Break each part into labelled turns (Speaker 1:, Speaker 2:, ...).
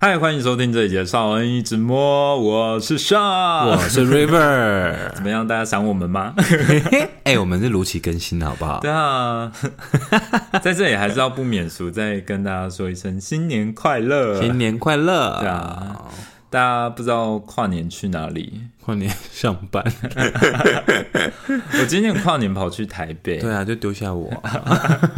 Speaker 1: 嗨，欢迎收听这一节《少恩一直摸》，我是少，
Speaker 2: 我是 River。
Speaker 1: 怎么样？大家想我们吗？
Speaker 2: 哎、我们是如期更新的好不好
Speaker 1: 对？啊， 在这里还是要不免俗，再跟大家说一声新年快乐。
Speaker 2: 新年快乐！
Speaker 1: 对啊，大家不知道跨年去哪里？
Speaker 2: 跨年上班。
Speaker 1: 我今年跨年跑去台北，
Speaker 2: 对啊，就丢下我，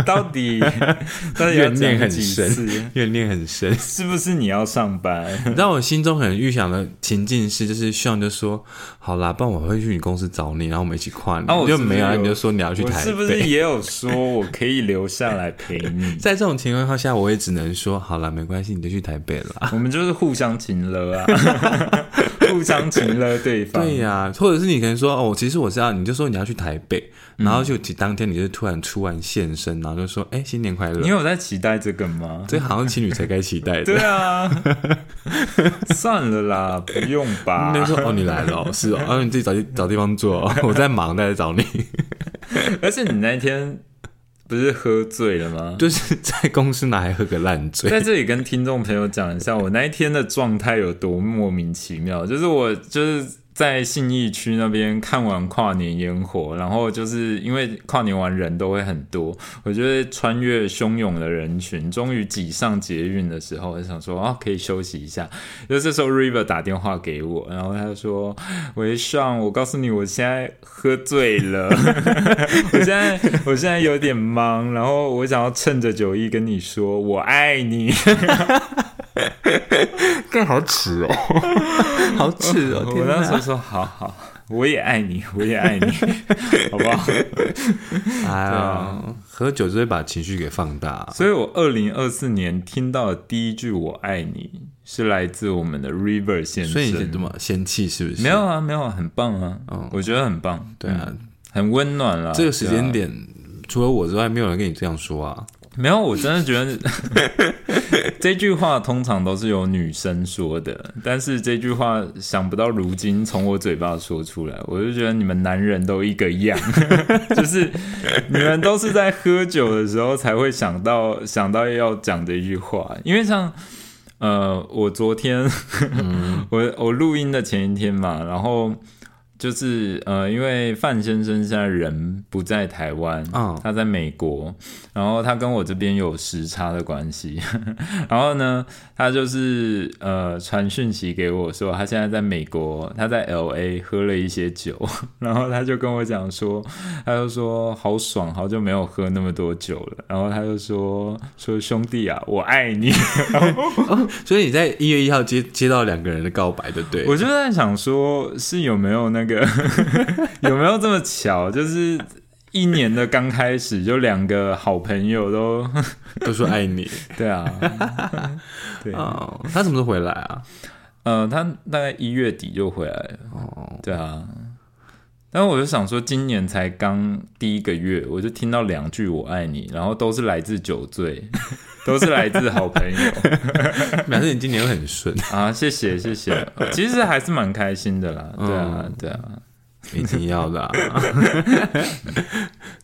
Speaker 1: 到 底到底要
Speaker 2: 怨念
Speaker 1: 讲
Speaker 2: 很
Speaker 1: 几
Speaker 2: 深
Speaker 1: 次？，
Speaker 2: 怨念很深。
Speaker 1: 是不是你要上班？
Speaker 2: 你知道我心中很预想的情境是，就是希望就说，好啦，不然我会去你公司找你，然后我们一起跨年。
Speaker 1: 啊我
Speaker 2: 就是
Speaker 1: 不是
Speaker 2: 没啊，
Speaker 1: 有
Speaker 2: 你就说你要去
Speaker 1: 我
Speaker 2: 台
Speaker 1: 是不是
Speaker 2: 北。？
Speaker 1: 也有说我可以留下来陪你
Speaker 2: 在这种情况下，我也只能说，好啦，没关系，你就去台北 啦。
Speaker 1: 我们就是互相情 勒啊，互相情勒对方。
Speaker 2: 对呀、或者是你可能说哦，其实我知道，你就说你要去台北，然后就当天你就突然出完现身，然后就说哎、新年快乐
Speaker 1: 你。有在期待这个吗？
Speaker 2: 这好像情侣才该期待
Speaker 1: 对
Speaker 2: 的。
Speaker 1: 啊，算了啦，不用吧
Speaker 2: 那。说哦，你来了哦、是 哦，然、后你自己找地找地方坐、哦，我在忙，再来 找你。
Speaker 1: 而且你那天不是喝醉了吗？
Speaker 2: 就是在公司哪还喝个烂醉？
Speaker 1: 在这里跟听众朋友讲一下，我那一天的状态有多莫名其妙，就是我就是。在信义区那边看完跨年烟火，然后就是因为跨年完人都会很多，我就会穿越汹涌的人群，终于挤上捷运的时候，我就想说啊，可以休息一下。就这时候 River 打电话给我，然后他就说：“喂上，我告诉你，我现在喝醉了。”我现在我现在有点忙，然后我想要趁着九一跟你说我爱你，
Speaker 2: 更好吃哦， 好吃 哦！
Speaker 1: 我
Speaker 2: 天
Speaker 1: 那时候
Speaker 2: 哪！
Speaker 1: 说好好，我也爱你，我也爱你， 好 不好？
Speaker 2: 哎呀，喝酒就会把情绪给放大。
Speaker 1: 所以我二零二四年听到的第一句“我爱你”是来自我们的 River 先生，
Speaker 2: 所以你是怎么嫌弃？是不是？
Speaker 1: 没有啊，没有啊，很棒啊，我觉得很棒，
Speaker 2: 对啊
Speaker 1: 嗯很温暖了。
Speaker 2: 这个时间
Speaker 1: 对啊
Speaker 2: 点，除了我之外，没有人跟你这样说啊。
Speaker 1: 没有，我真的觉得这句话通常都是由女生说的，但是这句话想不到如今从我嘴巴说出来，我就觉得你们男人都一个样，就是你们都是在喝酒的时候才会想到想到要讲这句话，因为像。呃，我昨天 我我录音的前一天嘛，然后就是呃，因为范先生现在人不在台湾，
Speaker 2: 嗯
Speaker 1: 他在美国，然后他跟我这边有时差的关系， 然后呢，他就是呃传讯息给我说，他现在在美国，他在 L A 喝了一些酒， 然后他就跟我讲说，他就说好爽，好久没有喝那么多酒了，然后他就说说兄弟啊，我爱你。
Speaker 2: 所以你在一月一号接接到两个人的告白，对不对？
Speaker 1: 我就在想说，是有没有那个 有没有这么巧，就是一年的刚开始就两个好朋友都
Speaker 2: 都说爱 你。
Speaker 1: 对啊，对，
Speaker 2: 哦，他什么时候回来啊？
Speaker 1: 呃，他大概一月底就回来了，
Speaker 2: 哦，
Speaker 1: 对啊。但我就想说，今年才刚第一个月，我就听到两句“我爱你”，然后都是来自酒醉， 都是来自好朋友。
Speaker 2: 表示你今年会很 顺。
Speaker 1: 啊，谢谢谢谢，其实还是蛮开心的啦，
Speaker 2: 嗯
Speaker 1: 对啊对啊
Speaker 2: 一定要的、啊。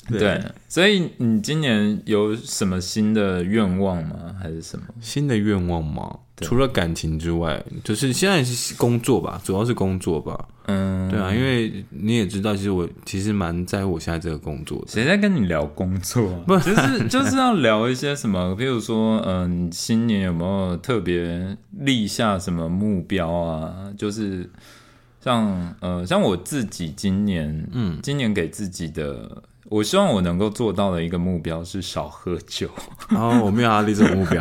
Speaker 2: 对
Speaker 1: 对，所以你今年有什么新的愿望吗？还是什么？
Speaker 2: 新的愿望吗？除了感情之外，就是现在是工作吧，主要是工作吧。
Speaker 1: 嗯，
Speaker 2: 对啊，因为你也知道，其实我其实蛮在乎我现在这个工作 的。
Speaker 1: 谁在跟你聊工作、啊？
Speaker 2: 不
Speaker 1: 就是就是要聊一些什么，比如说，嗯，新年有没有特别立下什么目标啊？就是像呃，像我自己今年，嗯，今年给自己的，我希望我能够做到的一个目标是少喝酒。
Speaker 2: 然后哦我没有要立这种目 标，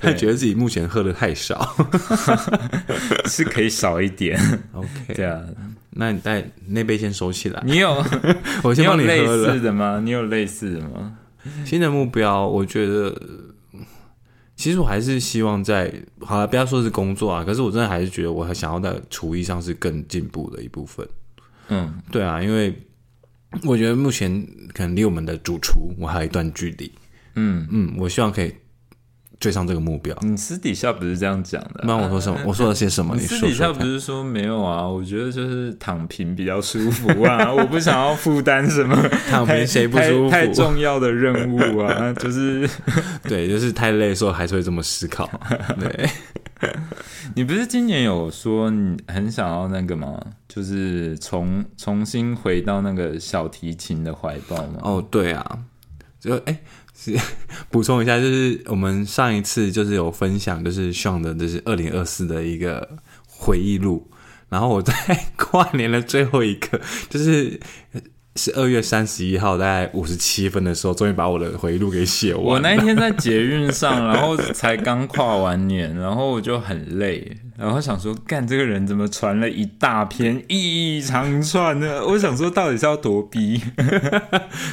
Speaker 2: 他觉得自己目前喝的 太少。
Speaker 1: 是可以少一点，
Speaker 2: OK，
Speaker 1: 对啊。
Speaker 2: 那你带那杯先收起来，
Speaker 1: 你有
Speaker 2: 我
Speaker 1: 你
Speaker 2: 先
Speaker 1: 有
Speaker 2: 帮你
Speaker 1: 类
Speaker 2: 喝
Speaker 1: 似
Speaker 2: 了。
Speaker 1: 的吗？你有类似的吗？
Speaker 2: 新的目标，我觉得呃其实我还是希望在好了，不要说是工作啊，可是我真的还是觉得我还想要在厨艺上是更进步的一部分。
Speaker 1: 嗯，
Speaker 2: 对啊，因为我觉得目前可能离我们的主厨我还有一段距离。
Speaker 1: 嗯
Speaker 2: 嗯，我希望可以追上这个目标。
Speaker 1: 你私底下不是这样讲的、啊
Speaker 2: 那我说什么？我说了些什么？
Speaker 1: 呃你
Speaker 2: 你
Speaker 1: 私
Speaker 2: 说
Speaker 1: 底下
Speaker 2: 说
Speaker 1: 不
Speaker 2: 看。
Speaker 1: 是说没有啊？我觉得就是躺平比较舒服啊， 我不想要负担什么
Speaker 2: 躺平谁不舒服
Speaker 1: 太太太重要的任务 啊，就是
Speaker 2: 对，就是太累的时候还是会这么思考。对，
Speaker 1: 你不是今年有说你很想要那个吗？就是重重新回到那个小提琴的怀抱吗？
Speaker 2: 哦，对啊，就哎，是 补充一下，就是我们上一次就是有分享，就是 Sean 的，就是二零二四的一个回忆录。然后我在 跨年的最后一个，就是是二月三十一号，大概五十七分的时候，终于把我的回忆录给写完了。
Speaker 1: 我那一天在捷运上， 然后才刚跨完年，然后我就很累，然后想说，干这个人怎么传了一大篇一长串呢？我想说，到底是要多逼？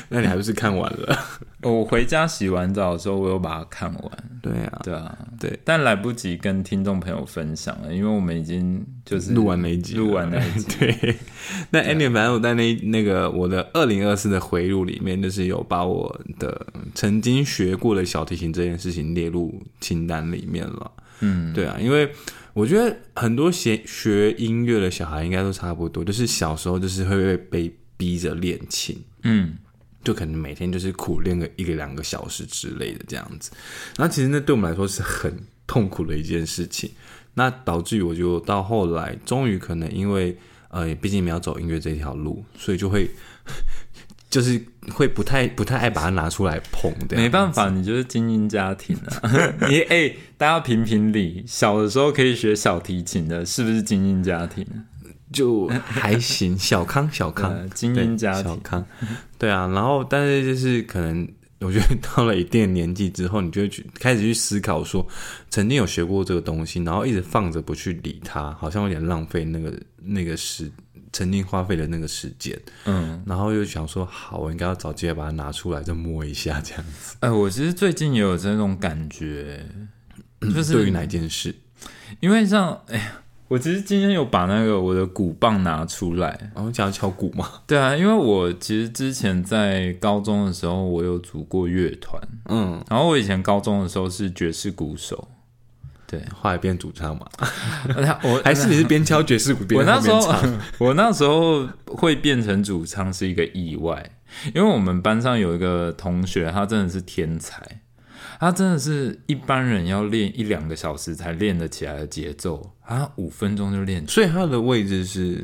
Speaker 2: 那你还不是看完了？
Speaker 1: 我回家洗完澡的时候，我有把它看完，
Speaker 2: 对啊，
Speaker 1: 对啊，
Speaker 2: 对，
Speaker 1: 但来不及跟听众朋友分享了，因为我们已经就是
Speaker 2: 录完那一集，
Speaker 1: 录完那一啊
Speaker 2: 集。 对，那 anyway，反正我在那那个我的二零二四的回忆录里面，就是有把我的嗯曾经学过的小提琴这件事情列入清单里面了。
Speaker 1: 嗯，
Speaker 2: 对啊，因为我觉得很多学学音乐的小孩应该都差不多，就是小时候就是会被被逼着练琴。
Speaker 1: 嗯，
Speaker 2: 就可能每天就是苦练个一个两个小时之类的这样子。然后其实那对我们来说是很痛苦的一件事情，那导致于我就到后来，终于可能因为呃，毕竟你们要走音乐这条路，所以就会 就是会不太不太爱把它拿出来碰的。
Speaker 1: 啊没办法，你就是精英家庭啊。 你哎、大家评评理，小的时候可以学小提琴的，是不是精英家庭？
Speaker 2: 就还行，小康 小康，
Speaker 1: 呃精英
Speaker 2: 对
Speaker 1: 家庭
Speaker 2: 小康，对啊。然后，但是就是可能，我觉得到了一定的年纪之后，你就会去开始去思考说，曾经有学过这个东西，然后一直放着不去理它，好像有点浪费那个那个时曾经花费的那个时间。
Speaker 1: 嗯。
Speaker 2: 然后又想说，好，我应该要找机会把它拿出来再摸一下，这样子。
Speaker 1: 哎、我其实最近也有这种感觉，就是
Speaker 2: 对于哪件事？
Speaker 1: 因为像哎呀，我其实今天有把那个我的鼓棒拿出来。
Speaker 2: 然后讲敲鼓嘛，
Speaker 1: 对啊，因为我其实之前在高中的时候，我有组过乐团，
Speaker 2: 嗯，
Speaker 1: 然后我以前高中的时候是爵士鼓手。
Speaker 2: 后来变主唱嘛，
Speaker 1: 那我
Speaker 2: 还是你是边敲爵士鼓 边
Speaker 1: 我那时
Speaker 2: 在后面
Speaker 1: 候
Speaker 2: 唱
Speaker 1: 我那时候会变成主唱是一个意外，因为我们班上有一个同学，他真的是天才，他真的是一般人要练一两个小时才练得起来的节奏，他五分钟就练起。
Speaker 2: 所以他的位置是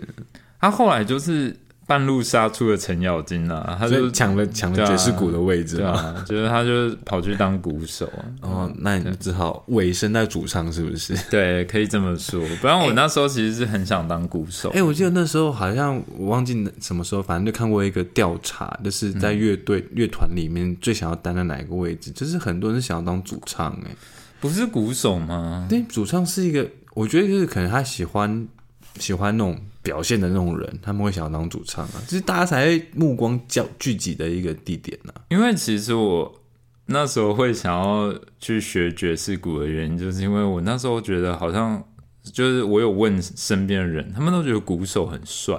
Speaker 1: 他后来就是半路杀出了程咬金啊，他
Speaker 2: 所
Speaker 1: 就
Speaker 2: 以抢了抢
Speaker 1: 对
Speaker 2: 了
Speaker 1: 啊
Speaker 2: 爵士鼓的位置
Speaker 1: 对
Speaker 2: 嘛。
Speaker 1: 啊，就是他就是跑去当鼓手啊。
Speaker 2: 哦，那你只好尾声在主唱是不是？
Speaker 1: 对，可以这么说。不然我那时候其实是很想当鼓手
Speaker 2: 哎、。我记得那时候好像我忘记什么时候，反正就看过一个调查，就是在乐队乐团里面最想要担任哪一个位置，就是很多人是想要当主唱、哎，
Speaker 1: 不是鼓手吗？
Speaker 2: 但主唱是一个，我觉得就是可能他喜欢喜欢那种表现的那种人，他们会想要当主唱啊，就是大家才会目光较聚集的一个地点呢、啊。
Speaker 1: 因为其实我那时候会想要去学爵士鼓的原因，就是因为我那时候觉得好像就是我有问身边的人，他们都觉得鼓手很帅。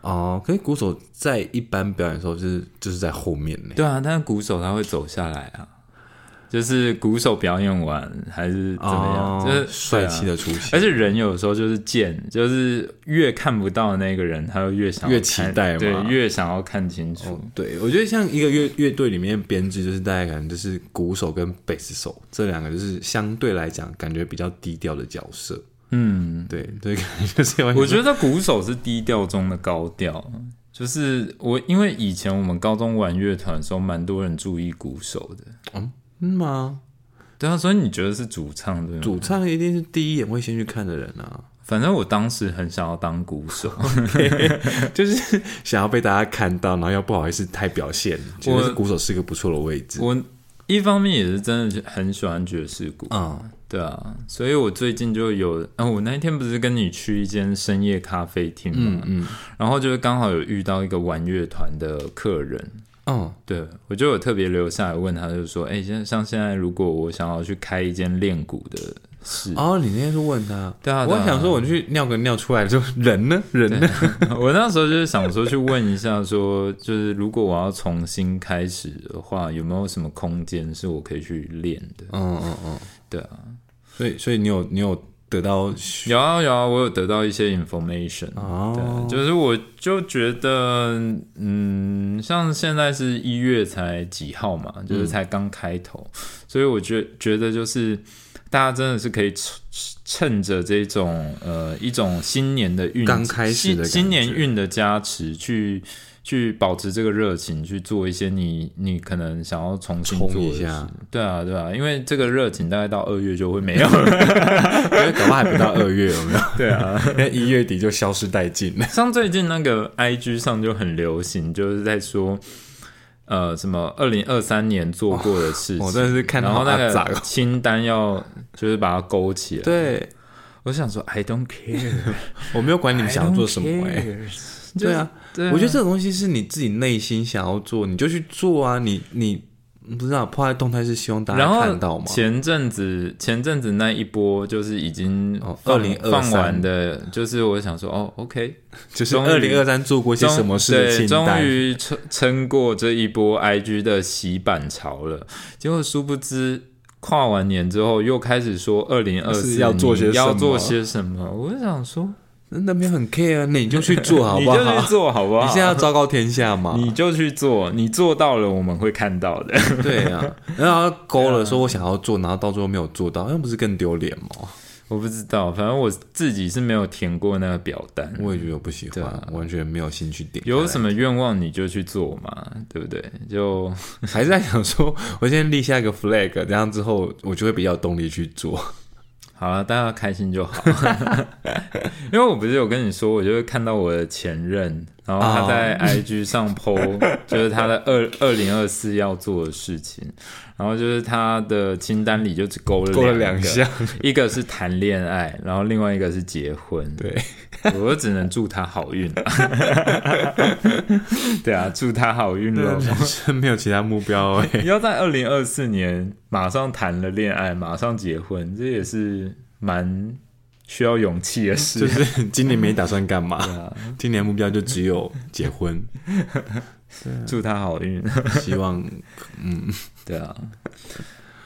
Speaker 2: 哦，可是鼓手在一般表演的时候，就是就是在后面呢、
Speaker 1: 对啊，但是鼓手他会走下来啊，就是鼓手表演完还是怎么样，
Speaker 2: 哦
Speaker 1: 就是
Speaker 2: 帅气
Speaker 1: 对啊
Speaker 2: 的出现。
Speaker 1: 而且人有时候就是贱，就是越看不到的那个人，他就越想要
Speaker 2: 越
Speaker 1: 看
Speaker 2: 期待嘛
Speaker 1: 对，越想要看清楚。
Speaker 2: 哦，对，我觉得像一个乐乐队里面编制，就是大概可能就是鼓手跟贝斯手这两个，就是相对来讲感觉比较低调的角色。
Speaker 1: 嗯，
Speaker 2: 对， 对，感觉就是完 全
Speaker 1: 我觉得鼓手是低调中的高调，就是我因为以前我们高中玩乐团的时候，蛮多人注意鼓手的。
Speaker 2: 嗯吗？
Speaker 1: 对啊，所以你觉得是主唱对吗？
Speaker 2: 主唱一定是第一眼会先去看的人 啊，
Speaker 1: 反正我当时很想要当鼓手，
Speaker 2: 就是想要被大家看到，然后又不好意思太表现，觉得鼓手是一个不错的位置。
Speaker 1: 我一方面也是真的很喜欢爵士鼓，
Speaker 2: 嗯，
Speaker 1: 对啊，所以我最近就有，啊，我那一天不是跟你去一间深夜咖啡厅嘛，嗯嗯，然后就是刚好有遇到一个玩乐团的客人，
Speaker 2: 哦，
Speaker 1: 对，我就有特别留下来问他，就是说，哎、现在像现在如果我想要去开一间练鼓的事。
Speaker 2: 哦，你那天是问他，
Speaker 1: 对啊对
Speaker 2: 我
Speaker 1: 啊
Speaker 2: 想说我去尿个尿出来，就人呢，人呢，
Speaker 1: 我那时候就是想说去问一下说就是如果我要重新开始的话，有没有什么空间是我可以去练的？
Speaker 2: 嗯嗯嗯，
Speaker 1: 对啊，
Speaker 2: 所以所以你有你有得到
Speaker 1: 有啊有啊，我有得到一些 information。对啊
Speaker 2: 哦，，
Speaker 1: 就是我就觉得，嗯，像现在是一月才几号嘛，就是才刚开头，所以我觉觉得就是大家真的是可以趁趁着这种呃一种新年的运，
Speaker 2: 刚开始
Speaker 1: 新
Speaker 2: 的感觉
Speaker 1: 新年运的加持去。去保持这个热情，去做一些你你可能想要重新做
Speaker 2: 冲
Speaker 1: 的
Speaker 2: 一
Speaker 1: 事
Speaker 2: 下，
Speaker 1: 对啊对啊，因为这个热情大概到二月就会没有了，
Speaker 2: 因为搞不好还不到二月，有没有？
Speaker 1: 对啊，
Speaker 2: 因为一月底就消失殆尽 了。
Speaker 1: 像最近那个 IG 上就很流行，就是在说，呃，什么二零二三年做过的事情，
Speaker 2: 我哦真的是看到
Speaker 1: 然后那
Speaker 2: 阿杂
Speaker 1: 个
Speaker 2: 哦
Speaker 1: 清单要就是把它勾起来。
Speaker 2: 对，
Speaker 1: 我想说，I don't care，
Speaker 2: 我没有 管你们想要做什么、哎，
Speaker 1: 哎，
Speaker 2: 对啊，
Speaker 1: 对啊
Speaker 2: 我觉得这种东西是你自己内心想要做，你就去做啊。你你不知道破坏动态是希望大
Speaker 1: 然
Speaker 2: 家
Speaker 1: 后
Speaker 2: 看到吗？
Speaker 1: 前阵子前阵子那一波就是已经
Speaker 2: 哦
Speaker 1: 放
Speaker 2: 2023
Speaker 1: 放完的，就是我想说，哦，OK，
Speaker 2: 就是
Speaker 1: 终于
Speaker 2: 二零二三做过些
Speaker 1: 终
Speaker 2: 什么事的
Speaker 1: 对
Speaker 2: 清
Speaker 1: 终
Speaker 2: 单。
Speaker 1: 于撑撑过这一波 IG 的洗版潮了。结果殊不知，跨完年之后又开始说二零二四
Speaker 2: 是要做些什么
Speaker 1: 要做些什么。我就想说，
Speaker 2: 那边很 care，你就去做 好
Speaker 1: 你
Speaker 2: 不好？
Speaker 1: 就去做好不好？
Speaker 2: 你现在要昭告天下嘛？
Speaker 1: 你就去做，你做到了，我们会看到的。
Speaker 2: 对啊，然后勾了
Speaker 1: 啊
Speaker 2: 说我想要做，然后到最后没有做到，那不是更丢脸吗？
Speaker 1: 我不知道，反正我自己是没有填过那个表单。
Speaker 2: 我也觉得我不喜
Speaker 1: 嗯对
Speaker 2: 欢，
Speaker 1: 啊
Speaker 2: 完全没有兴趣点开来。
Speaker 1: 有什么愿望你就去做嘛，对不对？就
Speaker 2: 还是在想说， 我先立下一个 flag，这样之后我就会比较有动力去做。
Speaker 1: 好了，大家开心就好。因为我不是有跟你说，我就是看到我的前任，然后他在
Speaker 2: 啊
Speaker 1: IG 上 PO，就是他的二二零二四要做的事情，然后就是他的清单里就只 勾了
Speaker 2: 勾了
Speaker 1: 两
Speaker 2: 两
Speaker 1: 个
Speaker 2: 项，
Speaker 1: 一个是谈恋爱，然后另外一个是结婚。
Speaker 2: 对，
Speaker 1: 我就只能祝他好 运、啊。对啊，啊祝他好运喽。
Speaker 2: 人生没有其他目标 哎、
Speaker 1: 要在二零二四年马上谈了恋爱，马上结婚，这也是蛮需要勇气的事。
Speaker 2: 就是今年没打算干
Speaker 1: 对
Speaker 2: 嘛，
Speaker 1: 啊，
Speaker 2: 今年目标就只有结婚，
Speaker 1: 祝他好运。
Speaker 2: 希望嗯，
Speaker 1: 对啊，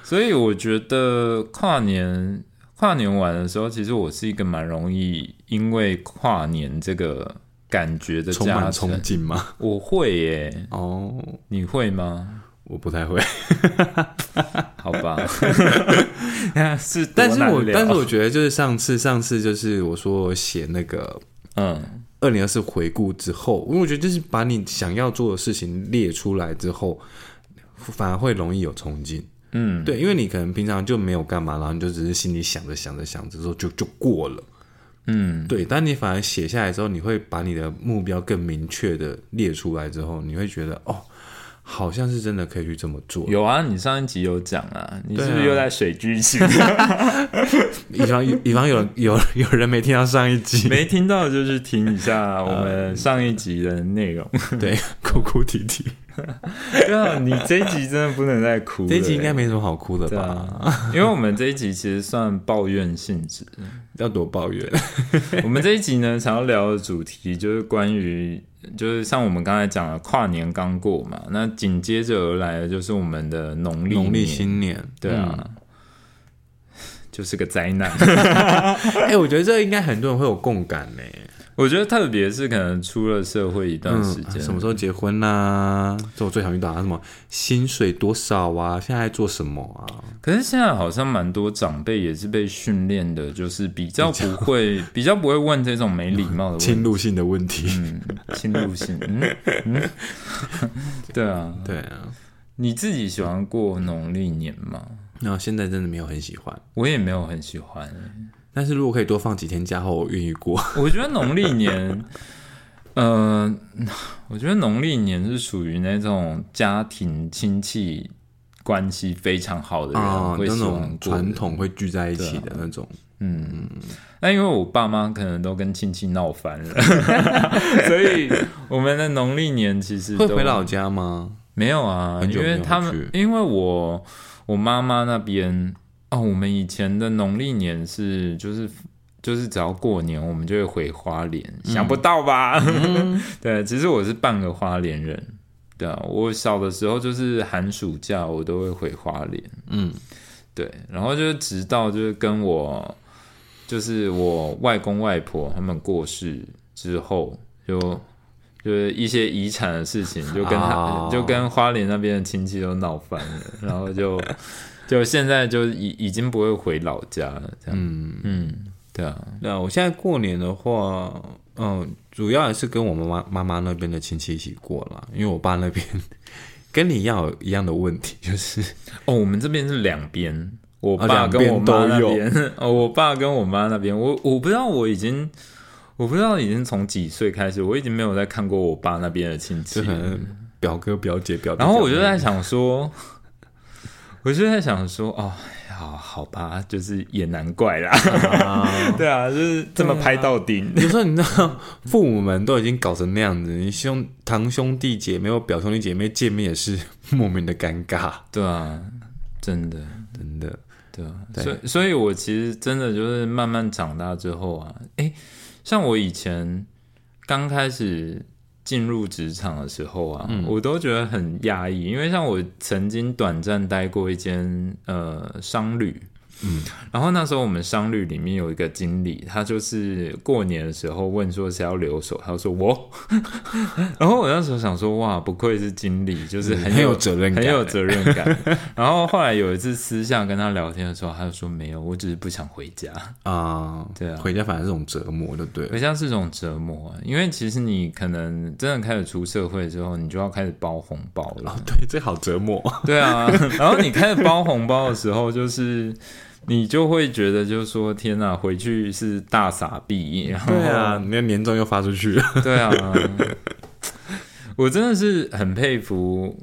Speaker 1: 所以我觉得跨年跨年晚的时候，其实我是一个蛮容易因为跨年这个感觉的
Speaker 2: 充
Speaker 1: 加
Speaker 2: 满憧
Speaker 1: 成。
Speaker 2: 憬嘛。
Speaker 1: 我会耶，
Speaker 2: 哦，
Speaker 1: 你会吗？
Speaker 2: 我不 太会，
Speaker 1: 好 吧， 是多
Speaker 2: 但是我
Speaker 1: 难聊
Speaker 2: 但是我觉得就是上次上次就是我说我写那个
Speaker 1: 嗯
Speaker 2: 二零二四回顾之后，因为我觉得就是把你想要做的事情列出来之后，反而会容易有冲劲。
Speaker 1: 嗯，
Speaker 2: 对，因为你可能平常就没有干嘛，然后你就只是心里想着想着想着之后就就过了。
Speaker 1: 嗯
Speaker 2: 对，但你反而写下来之后，你会把你的目标更明确的列出来之后，你会觉得哦，好像是真的可以去这么做。
Speaker 1: 有啊，你上一集有讲啊，你是不
Speaker 2: 对
Speaker 1: 是
Speaker 2: 啊
Speaker 1: 又在水剧情？
Speaker 2: 以防以防有有有人没听到上一 集，
Speaker 1: 没听到就去听一 下我们上一集的内 容。
Speaker 2: 对，哭哭啼啼，
Speaker 1: 对啊，你这一集真的不能再哭了。欸
Speaker 2: 这一集应该没什么好哭的
Speaker 1: 对
Speaker 2: 吧？
Speaker 1: 啊，因为我们这一集其实算抱怨性 质。
Speaker 2: 要多抱怨，
Speaker 1: 我们这一集呢，想要聊的主题就是关于，就是像我们刚才讲的，跨年刚过嘛，那紧接着而来的就是我们的农历
Speaker 2: 农历
Speaker 1: 年
Speaker 2: 新年，
Speaker 1: 对啊。 就是个灾难，
Speaker 2: 嗯， 哎、我觉得这应该很多人会有共感呢、
Speaker 1: 我觉得特别是可能出了社会一段
Speaker 2: 嗯，
Speaker 1: 时间，
Speaker 2: 什么时候结婚啦、这我最常遇到啊，什么薪水多少啊？现在在做什么啊？
Speaker 1: 可是现在好像蛮多长辈也是被训练的，就是比较不 会，比较不会问这种没礼貌的问
Speaker 2: 侵
Speaker 1: 题，
Speaker 2: 入性的问题，
Speaker 1: 嗯，侵入性，嗯嗯，对啊，
Speaker 2: 对啊，
Speaker 1: 你自己喜欢过农历年吗？
Speaker 2: 那现在真的没有很喜欢。
Speaker 1: 我也没有很喜欢欸、
Speaker 2: 但是如果可以多放几天假后，我愿意过。
Speaker 1: 我觉得农历年， 呃，我觉得农历年是属于那种家庭亲戚关系非常好的人
Speaker 2: 啊，
Speaker 1: 会
Speaker 2: 那
Speaker 1: 喜欢
Speaker 2: 种
Speaker 1: 过
Speaker 2: 传
Speaker 1: 的。
Speaker 2: 统会聚在一起的那 种，
Speaker 1: 嗯，那因为我爸妈可能都跟亲戚闹翻了，所以我们的农历年其实
Speaker 2: 会
Speaker 1: 都
Speaker 2: 回老家吗？
Speaker 1: 没有啊，
Speaker 2: 很
Speaker 1: 因
Speaker 2: 久没有
Speaker 1: 为他们
Speaker 2: 去
Speaker 1: 因为我我妈妈那边哦，我们以前的农历年是就是就是只要过年，我们就会回花莲，想不到吧？
Speaker 2: 嗯
Speaker 1: 对，其实我是半个花莲人，对啊，我小的时候就是寒暑假我都会回花莲，
Speaker 2: 嗯，
Speaker 1: 对，然后就是直到就是跟我就是我外公外婆他们过世之后，就就是一些遗产的事情，就跟他、
Speaker 2: 哦
Speaker 1: 就跟花莲那边的亲戚都闹翻了，然后就就现在就已已经不会回老家了，这样，嗯对啊，
Speaker 2: 对啊，我现在过年的话，嗯，主要还是跟我妈妈妈妈那边的亲戚一起过啦，因为我爸那边跟你一样有一样的问题，就是
Speaker 1: 哦，我们这边是两边。我
Speaker 2: 啊
Speaker 1: 爸
Speaker 2: 两
Speaker 1: 跟我
Speaker 2: 边都
Speaker 1: 妈那
Speaker 2: 有
Speaker 1: 边， 哦，我爸跟我妈那边，我我不知道我已经，我不知道已经从几岁开始，我已经没有再看过我爸那边的亲戚
Speaker 2: 就
Speaker 1: 了，
Speaker 2: 可能表哥表姐表弟，
Speaker 1: 然后我就
Speaker 2: 表妹
Speaker 1: 在想说，我就在想说，哦，好好吧，就是也难怪啦， 哦对啊，就是这么拍到顶，
Speaker 2: 有时候你知道，父母们都已经搞成那样子，你兄堂兄弟姐妹或表兄弟姐妹见面也是莫名的尴尬，
Speaker 1: 对啊，真的，
Speaker 2: 真的。
Speaker 1: 对啊，
Speaker 2: 对
Speaker 1: 所以所以，我其实真的就是慢慢长大之后啊，诶，像我以前刚开始进入职场的时候啊，
Speaker 2: 嗯
Speaker 1: 我都觉得很压抑，因为像我曾经短暂待过一间呃商旅，嗯，然后那时候我们商旅里面有一个经理，他就是过年的时候问说谁要留守，他说我， 然后我那时候想说哇，不愧是经理，就是
Speaker 2: 嗯
Speaker 1: 很
Speaker 2: 很
Speaker 1: 有
Speaker 2: 有责任感
Speaker 1: 很有责任感。 然后后来有一次私下跟他聊天的时候，他就说没有，我只是不想回家。
Speaker 2: 啊、
Speaker 1: 对啊
Speaker 2: 回家反而是种折磨，对不对？
Speaker 1: 回家是种折磨，因为其实你可能真的开始出社会之后，你就要开始包红包了。
Speaker 2: 对，这好折磨。
Speaker 1: 对啊，然后你开始包红包的时候，就是你就会觉得，就是说天哪、回去是大傻逼。然后
Speaker 2: 对啊，你的年终又发出去了。
Speaker 1: 对啊，我真的是很佩服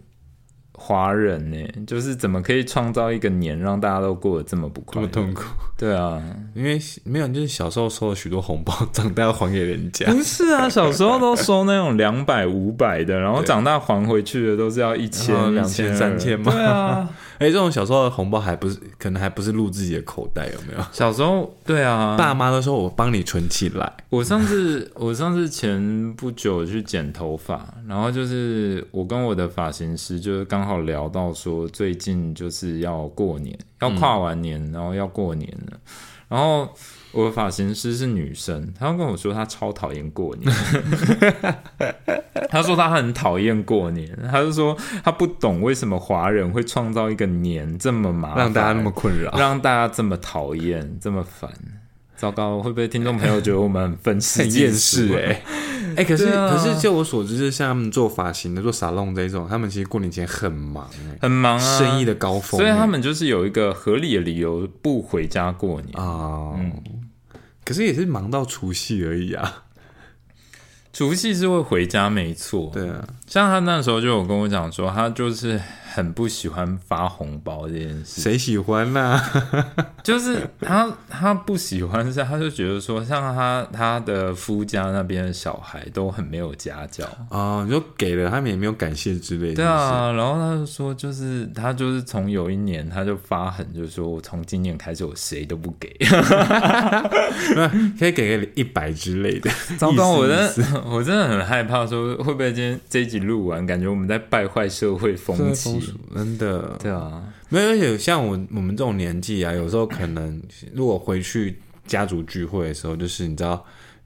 Speaker 1: 华人呢、就是怎么可以创造一个年让大家都过得这么不快乐
Speaker 2: 这么痛苦？
Speaker 1: 对啊，
Speaker 2: 因为没有，就是小时候收了许多红包，长大要还给人家。
Speaker 1: 不是啊，小时候都收那种两百、五百的，然后
Speaker 2: 对
Speaker 1: 长大还回去的都是要一
Speaker 2: 然后
Speaker 1: 千、
Speaker 2: 2000 3000嘛
Speaker 1: 对啊，
Speaker 2: 哎、这种小时候的红包还不是，可能还不是入自己的口袋，有没有？
Speaker 1: 小时候对啊，
Speaker 2: 爸妈都说我帮你存起来，
Speaker 1: 我上次 我上次前不久去剪头发，然后就是我跟我的发型师就是刚好聊到说，最近就是要过年，要跨完年，然后要过年了。然后我的发型师是女生，她跟我说她超讨厌过年， 她说她很讨厌过年，她就说她不懂为什么华人会创造一个年这么麻烦，
Speaker 2: 让大家那么困扰。
Speaker 1: 让大家这么讨 厌，这么烦。糟糕，会不会听众朋友觉得我们很愤世
Speaker 2: 很
Speaker 1: 嫉
Speaker 2: 厌
Speaker 1: 俗
Speaker 2: 世哎、
Speaker 1: 啊？
Speaker 2: 哎、可是、
Speaker 1: 对啊
Speaker 2: 可是，就我所知，就是像他们做发型的、做沙龙这一种，他们其实过年前很忙哎、
Speaker 1: 很忙啊，
Speaker 2: 生意的高峰
Speaker 1: 所
Speaker 2: 哎、
Speaker 1: 以他们就是有一个合理的理由不回家过年。
Speaker 2: 啊、可是也是忙到除夕而已啊。
Speaker 1: 除夕是会回家，没错。
Speaker 2: 对啊，
Speaker 1: 像他那时候就有跟我讲说，他就是很不喜欢发红包这件事，
Speaker 2: 谁喜欢啊呐、
Speaker 1: 就是他他不喜欢是，他就觉得说，像他他的夫家那边的小孩都很没有家教。
Speaker 2: 哦，你说给了他们也没有感谢之类的。
Speaker 1: 对啊，然后他就说，就是他就是从有一年他就发狠，就是说我从今年开始我谁都不 给。
Speaker 2: 是不是，可以给个一百之类的。
Speaker 1: 糟糕，我
Speaker 2: 意
Speaker 1: 真
Speaker 2: 思
Speaker 1: 的 我真的很害怕，说会不会今天这一集录完，感觉我们在败坏社会风
Speaker 2: 风
Speaker 1: 气
Speaker 2: 俗。真的
Speaker 1: 对啊，
Speaker 2: 没有，而且像我我们这种年纪啊，有时候可能如果回去家族聚会的时候，就是你知道，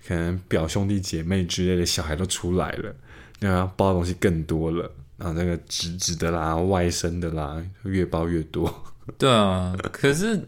Speaker 2: 可能表兄弟姐妹之类的小孩都出来了，然后包的东西更多了，然后那个侄子的啦、外甥的啦，越包越多。
Speaker 1: 对啊，可是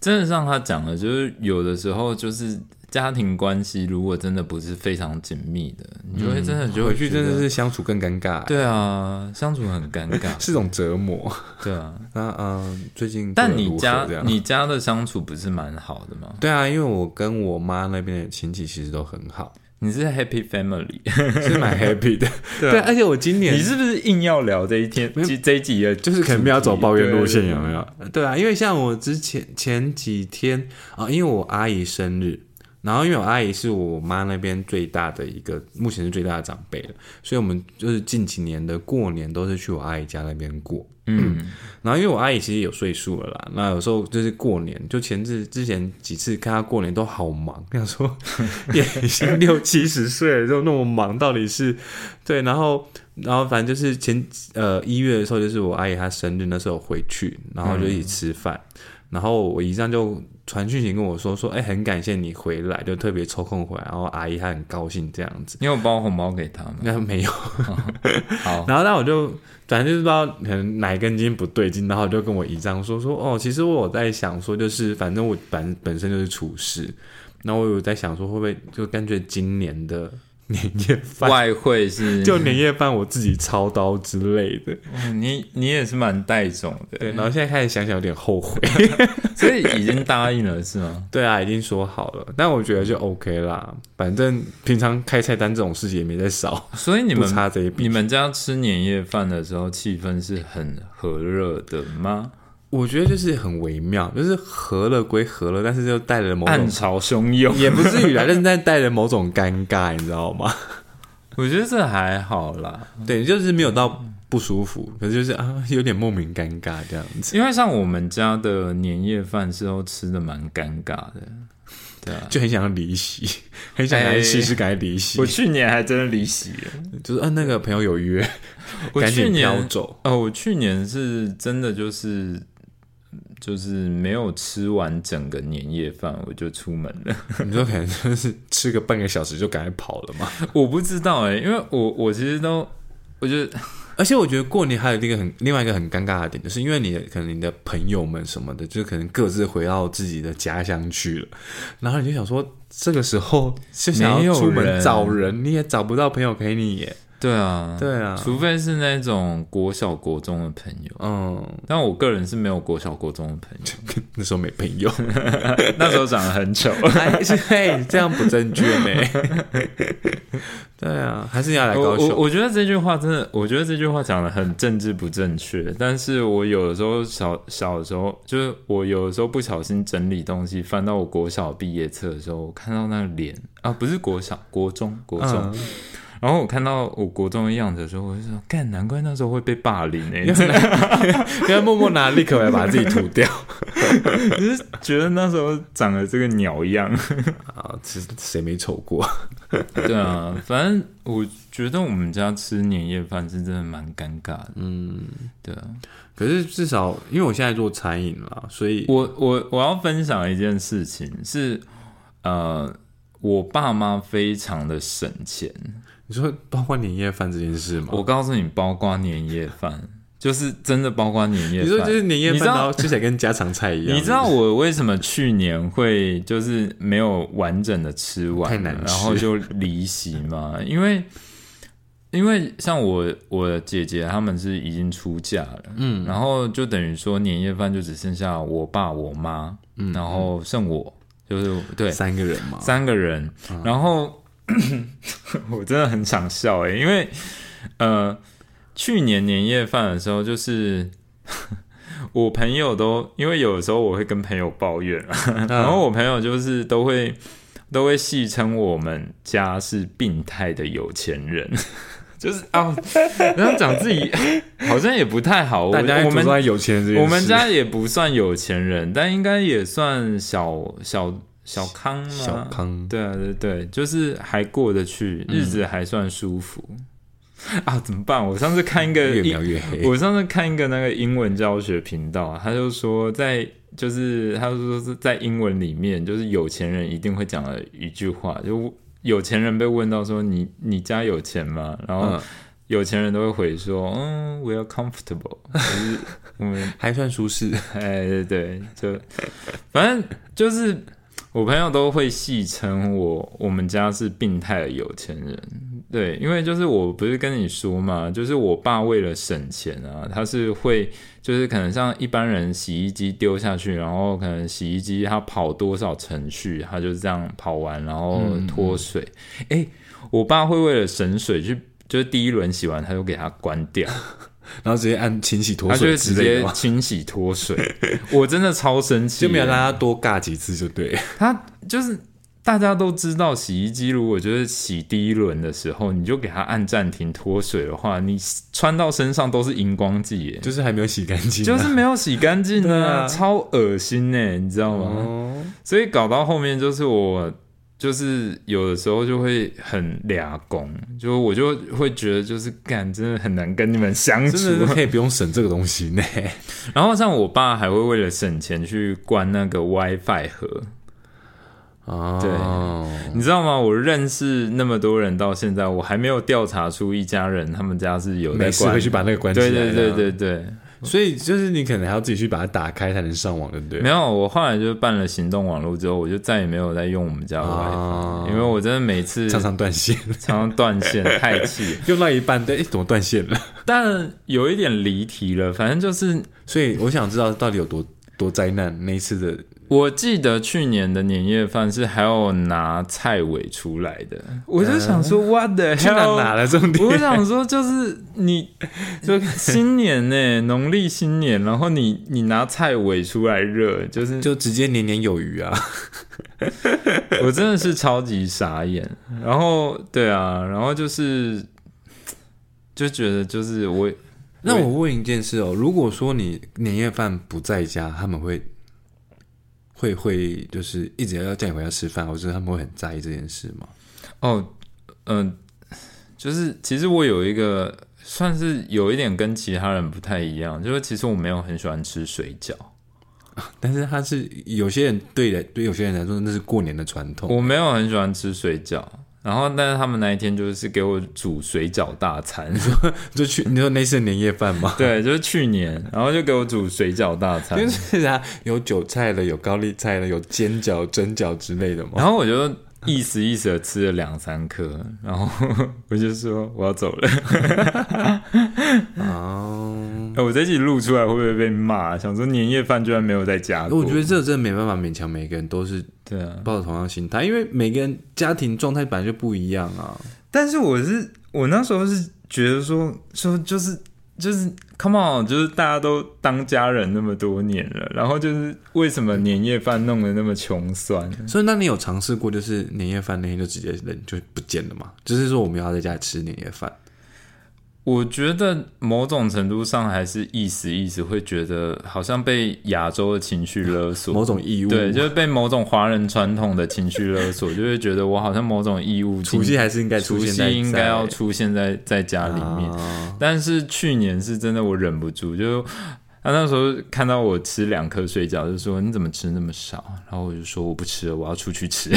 Speaker 1: 真的像他讲的，就是有的时候就是家庭关系，如果真的不是非常紧密的，你就会真的觉得
Speaker 2: 回去真的是相处更尴尬、。
Speaker 1: 对啊，相处很尴尬
Speaker 2: 是种折磨。
Speaker 1: 对啊，
Speaker 2: 那嗯、呃最近过得
Speaker 1: 但你
Speaker 2: 如何
Speaker 1: 家
Speaker 2: 这样
Speaker 1: 你家的相处不是蛮好的吗？
Speaker 2: 对啊，因为我跟我妈那边的亲戚其实都很好，
Speaker 1: 你是 Happy Family，
Speaker 2: 是蛮 happy 的。
Speaker 1: 对啊
Speaker 2: 而且我今年
Speaker 1: 你是不是硬要聊这一天
Speaker 2: 没有
Speaker 1: 这这一集的？
Speaker 2: 就是可能没有走抱怨路线，
Speaker 1: 对
Speaker 2: 有没有？对啊，因为像我之前前几天啊、因为我阿姨生日，然后因为我阿姨是我妈那边最大的一个，目前是最大的长辈了，所以我们就是近几年的过年都是去我阿姨家那边过。
Speaker 1: 嗯，
Speaker 2: 然后因为我阿姨其实有岁数了啦，那有时候就是过年，就前次之前几次看她过年都好忙，想说也已经六七十岁了，就那么忙，到底是对？然后然后反正就是前呃一月的时候，就是我阿姨她生日那时候回去，然后就一起吃饭，然后我姨丈就传讯息跟我说说，哎、很感谢你回来，就特别抽空回来，然后阿姨她很高兴这样子，
Speaker 1: 你有包红包给他吗？
Speaker 2: 应该没有。
Speaker 1: 哦好，
Speaker 2: 然后那我就反正就是不知道可能哪一根筋不对劲，然后我就跟我姨丈说说哦，其实我有在想说，就是反正我本本身就是厨师，然后我有在想说会不会就干脆今年的年夜饭。
Speaker 1: 外汇是
Speaker 2: 就年夜饭我自己操刀之类的，
Speaker 1: 哦你你也是蛮带种的，
Speaker 2: 对，然后现在开始想想有点 后悔，
Speaker 1: 所以已经答应了是吗？
Speaker 2: 对啊，已经说好了，但我觉得就 OK 啦，反正平常开菜单这种事情也没在少，
Speaker 1: 所以你
Speaker 2: 不
Speaker 1: 们
Speaker 2: 差这一笔。
Speaker 1: 你们家吃年夜饭的时候，气氛是很和热的吗？
Speaker 2: 我觉得就是很微妙，就是合了归合了，但是就带了某种
Speaker 1: 暗潮汹涌，
Speaker 2: 哦 也不至于啦，但是在带着某种尴尬，你知道吗？
Speaker 1: 我觉得这还好啦，
Speaker 2: 对，就是没有到不舒服，可是就是啊，有点莫名尴尬这样子。
Speaker 1: 因为像我们家的年夜饭是都吃的蛮尴尬的，对啊。哎
Speaker 2: 就很想要离席， 很想要西施赶紧离 席
Speaker 1: 我，去年还真的离席了，
Speaker 2: 就是啊，那个朋友有约，
Speaker 1: 我
Speaker 2: 赶
Speaker 1: 去
Speaker 2: 紧飘
Speaker 1: 年
Speaker 2: 走。
Speaker 1: 哦，我去年是真的就是就是没有吃完整个年夜饭，我就出门了。
Speaker 2: 你说可能就是吃个半个小时就赶快跑了嘛？
Speaker 1: 我不知道哎、因为我我其实都，我觉得
Speaker 2: 而且我觉得过年还有一个很另外一个很尴尬的点，就是因为你的可能你的朋友们什么的，就是可能各自回到自己的家乡去了，然后你就想说，这个时候就想
Speaker 1: 没
Speaker 2: 要
Speaker 1: 有
Speaker 2: 出门
Speaker 1: 人
Speaker 2: 找人，你也找不到朋友陪你耶。
Speaker 1: 对啊，
Speaker 2: 对啊，
Speaker 1: 除非是那种国小国中的朋友，
Speaker 2: 嗯，
Speaker 1: 但我个人是没有国小国中的朋友，
Speaker 2: 那时候没朋友，
Speaker 1: 那时候长得很丑。
Speaker 2: 还是嘿，这样不正确呢。对啊，还是你要来
Speaker 1: 我
Speaker 2: 高
Speaker 1: 我
Speaker 2: 雄。
Speaker 1: 我觉得这句话真的，我觉得这句话讲的很政治不正确，但是我有的时候小小的时候，就是我有的时候不小心整理东西，翻到我国小毕业册的时候，我看到那个脸啊，不是国小，国中，国中。
Speaker 2: 嗯
Speaker 1: 然后我看到我国中的样子的时候，我就说，干，难怪那时候会被霸凌 哎、
Speaker 2: 因为默默拿立刻来把自己涂掉。
Speaker 1: 就是 觉得那时候长得这个鸟 样。
Speaker 2: 啊，其实谁没丑过？
Speaker 1: 对啊，反正我觉得我们家吃年夜饭是真的蛮尴尬的。嗯，对啊，
Speaker 2: 可是至少因为我现在做餐饮啦，所以
Speaker 1: 我我我要分享一件事情是，呃，我爸妈非常的省钱。
Speaker 2: 你说包括年夜饭这件事吗？
Speaker 1: 我告诉你，包括年夜饭，就是真的包括年夜
Speaker 2: 你
Speaker 1: 饭。
Speaker 2: 说就是年夜
Speaker 1: 你知道
Speaker 2: 饭，然后吃起来跟家常菜一样，
Speaker 1: 你知道我为什么去年会就是没有完整的吃完，
Speaker 2: 太难吃
Speaker 1: 然后就离席吗？因为因为像我我的姐姐他们是已经出嫁了，嗯，然后就等于说年夜饭就只剩下我爸我妈，嗯，然后剩我，就是对
Speaker 2: 三个人嘛？
Speaker 1: 三个人，
Speaker 2: 嗯
Speaker 1: 然后 我真的很想笑哎、因为呃，去年年夜饭的时候，就是 我朋友都因为有的时候我会跟朋友抱怨啊，
Speaker 2: 嗯
Speaker 1: 然后我朋友就是都会都会戏称我们家是病态的有钱人。 就是啊，然后讲自己 好像也不太好。我
Speaker 2: 大家
Speaker 1: 我们
Speaker 2: 都在有钱人这件事，
Speaker 1: 我们家也不算有钱人，但应该也算小小小康嘛。
Speaker 2: 小康
Speaker 1: 对啊，对对，就是还过得去，日子
Speaker 2: 嗯
Speaker 1: 还算舒服、啊。怎么办？我上次看一个
Speaker 2: 越
Speaker 1: 英
Speaker 2: 描越黑。
Speaker 1: 我上次看一个那个英文教学频道啊，他就说在就是他就说是在英文里面，就是有钱人一定会讲的一句话，就有钱人被问到说你你家有钱吗？然后
Speaker 2: 嗯，
Speaker 1: 有钱人都会回说嗯，we are comfortable，就是我们
Speaker 2: 还算舒适。
Speaker 1: 哎，对对，就反正就是我朋友都会戏称我我们家是病态的有钱人，对，因为就是我不是跟你说嘛，就是我爸为了省钱啊，他是会就是可能像一般人洗衣机丢下去，然后可能洗衣机它跑多少程序，它就是这样跑完然后脱水，哎、我爸会为了省水去。就是第一轮洗完，他就给它关掉，
Speaker 2: 然后直接按清洗脱
Speaker 1: 他就
Speaker 2: 水
Speaker 1: 会直
Speaker 2: 之类
Speaker 1: 接
Speaker 2: 的嘛，
Speaker 1: 清洗脱水。我真的超生气，
Speaker 2: 就没有让他多尬几次就对了。
Speaker 1: 他就是大家都知道，洗衣机如果就是洗第一轮的时候，你就给它按暂停脱水的话，你穿到身上都是荧光剂耶，
Speaker 2: 就是还没有洗干净啊、
Speaker 1: 就是没有洗干净
Speaker 2: 对
Speaker 1: 呢，
Speaker 2: 啊
Speaker 1: 超恶心呢，你知道吗？
Speaker 2: 哦，
Speaker 1: 所以搞到后面就是我，就是有的时候就会很俩工，就我就会觉得就是干真的很难跟你们相处。
Speaker 2: 真的是可以不用省这个东西呢。
Speaker 1: 然后像我爸还会为了省钱去关那个 WiFi 盒，
Speaker 2: 哦，
Speaker 1: 你知道吗？我认识那么多人到现在，我还没有调查出一家人他们家是有在
Speaker 2: 没事会
Speaker 1: 关
Speaker 2: 去。把那个关起来。
Speaker 1: 对对对对，对，
Speaker 2: 所以就是你可能还要自己去把它打开才能上网，对不对？
Speaker 1: 没有，我后来就办了行动网络之后，我就再也没有在用我们家 WiFi，、
Speaker 2: 啊，
Speaker 1: 因为我真的每次
Speaker 2: 常
Speaker 1: 常
Speaker 2: 常断线，
Speaker 1: 常断线，太气 了。
Speaker 2: 用到一半，对，诶怎么断线 了？
Speaker 1: 但有一点离题了，反正就是
Speaker 2: 所以我想知道到底有多多灾难那一次的。
Speaker 1: 我记得去年的年夜饭是还有拿菜尾出来的，呃我就想说、what the
Speaker 2: 去哪拿
Speaker 1: hell？
Speaker 2: 了重
Speaker 1: 我
Speaker 2: 点？
Speaker 1: 想说就是你就新年呢、农历新年，然后你你拿菜尾出来热，就是
Speaker 2: 就直接年年有余啊！
Speaker 1: 我真的是超级傻眼。然后对啊，然后就是就觉得就是我
Speaker 2: 那我问一件事哦，如果说你年夜饭不在家，他们会会会就是一直要叫你回家吃饭，或者他们会很在意这件事吗？
Speaker 1: 哦，嗯、就是其实我有一个算是有一点跟其他人不太一样，就是其实我没有很喜欢吃水饺，
Speaker 2: 但是他是有些人对来对有些人来说那是过年的传统，
Speaker 1: 我没有很喜欢吃水饺。然后，但是他们那一天就是给我煮水饺大餐，
Speaker 2: 就去你说那次的年夜饭吗？
Speaker 1: 对，就是去年，然后就给我煮水饺大餐
Speaker 2: 因， 为是啊，有韭菜的，有高丽菜的，有煎饺、蒸饺之类的嘛。
Speaker 1: 然后我就意思意思的吃了两三颗，然后 我就说我要走了。
Speaker 2: 哦，
Speaker 1: 哎我这集录出来会不会被骂？想说年夜饭居然没有在家过，
Speaker 2: 我觉得这真的没办法勉强每个人都是
Speaker 1: 对啊，
Speaker 2: 抱着同样心态，因为每个人家庭状态本来就不一样啊。
Speaker 1: 但是我是我那时候是觉得说说就是就是 come on，就是大家都当家人那么多年了，然后就是为什么年夜饭弄得那么穷酸？
Speaker 2: 所以，那你有尝试过，就是年夜饭那天就直接人就不见了吗？就是说我们要在家吃年夜饭，
Speaker 1: 我觉得某种程度上还是意思意思会觉得好像被亚洲的情绪勒索。
Speaker 2: 某种义务，
Speaker 1: 对，就是被某种华人传统的情绪勒索，就会觉得我好像某种义务尽，
Speaker 2: 除夕还是应该出
Speaker 1: 除
Speaker 2: 现
Speaker 1: 夕
Speaker 2: 在
Speaker 1: 应该要出现在在家
Speaker 2: 在
Speaker 1: 里面。
Speaker 2: 啊
Speaker 1: 但是去年是真的，我忍不住，就他那时候看到我吃两颗水饺，就说你怎么吃那么少？然后我就说我不吃了，我要出去吃。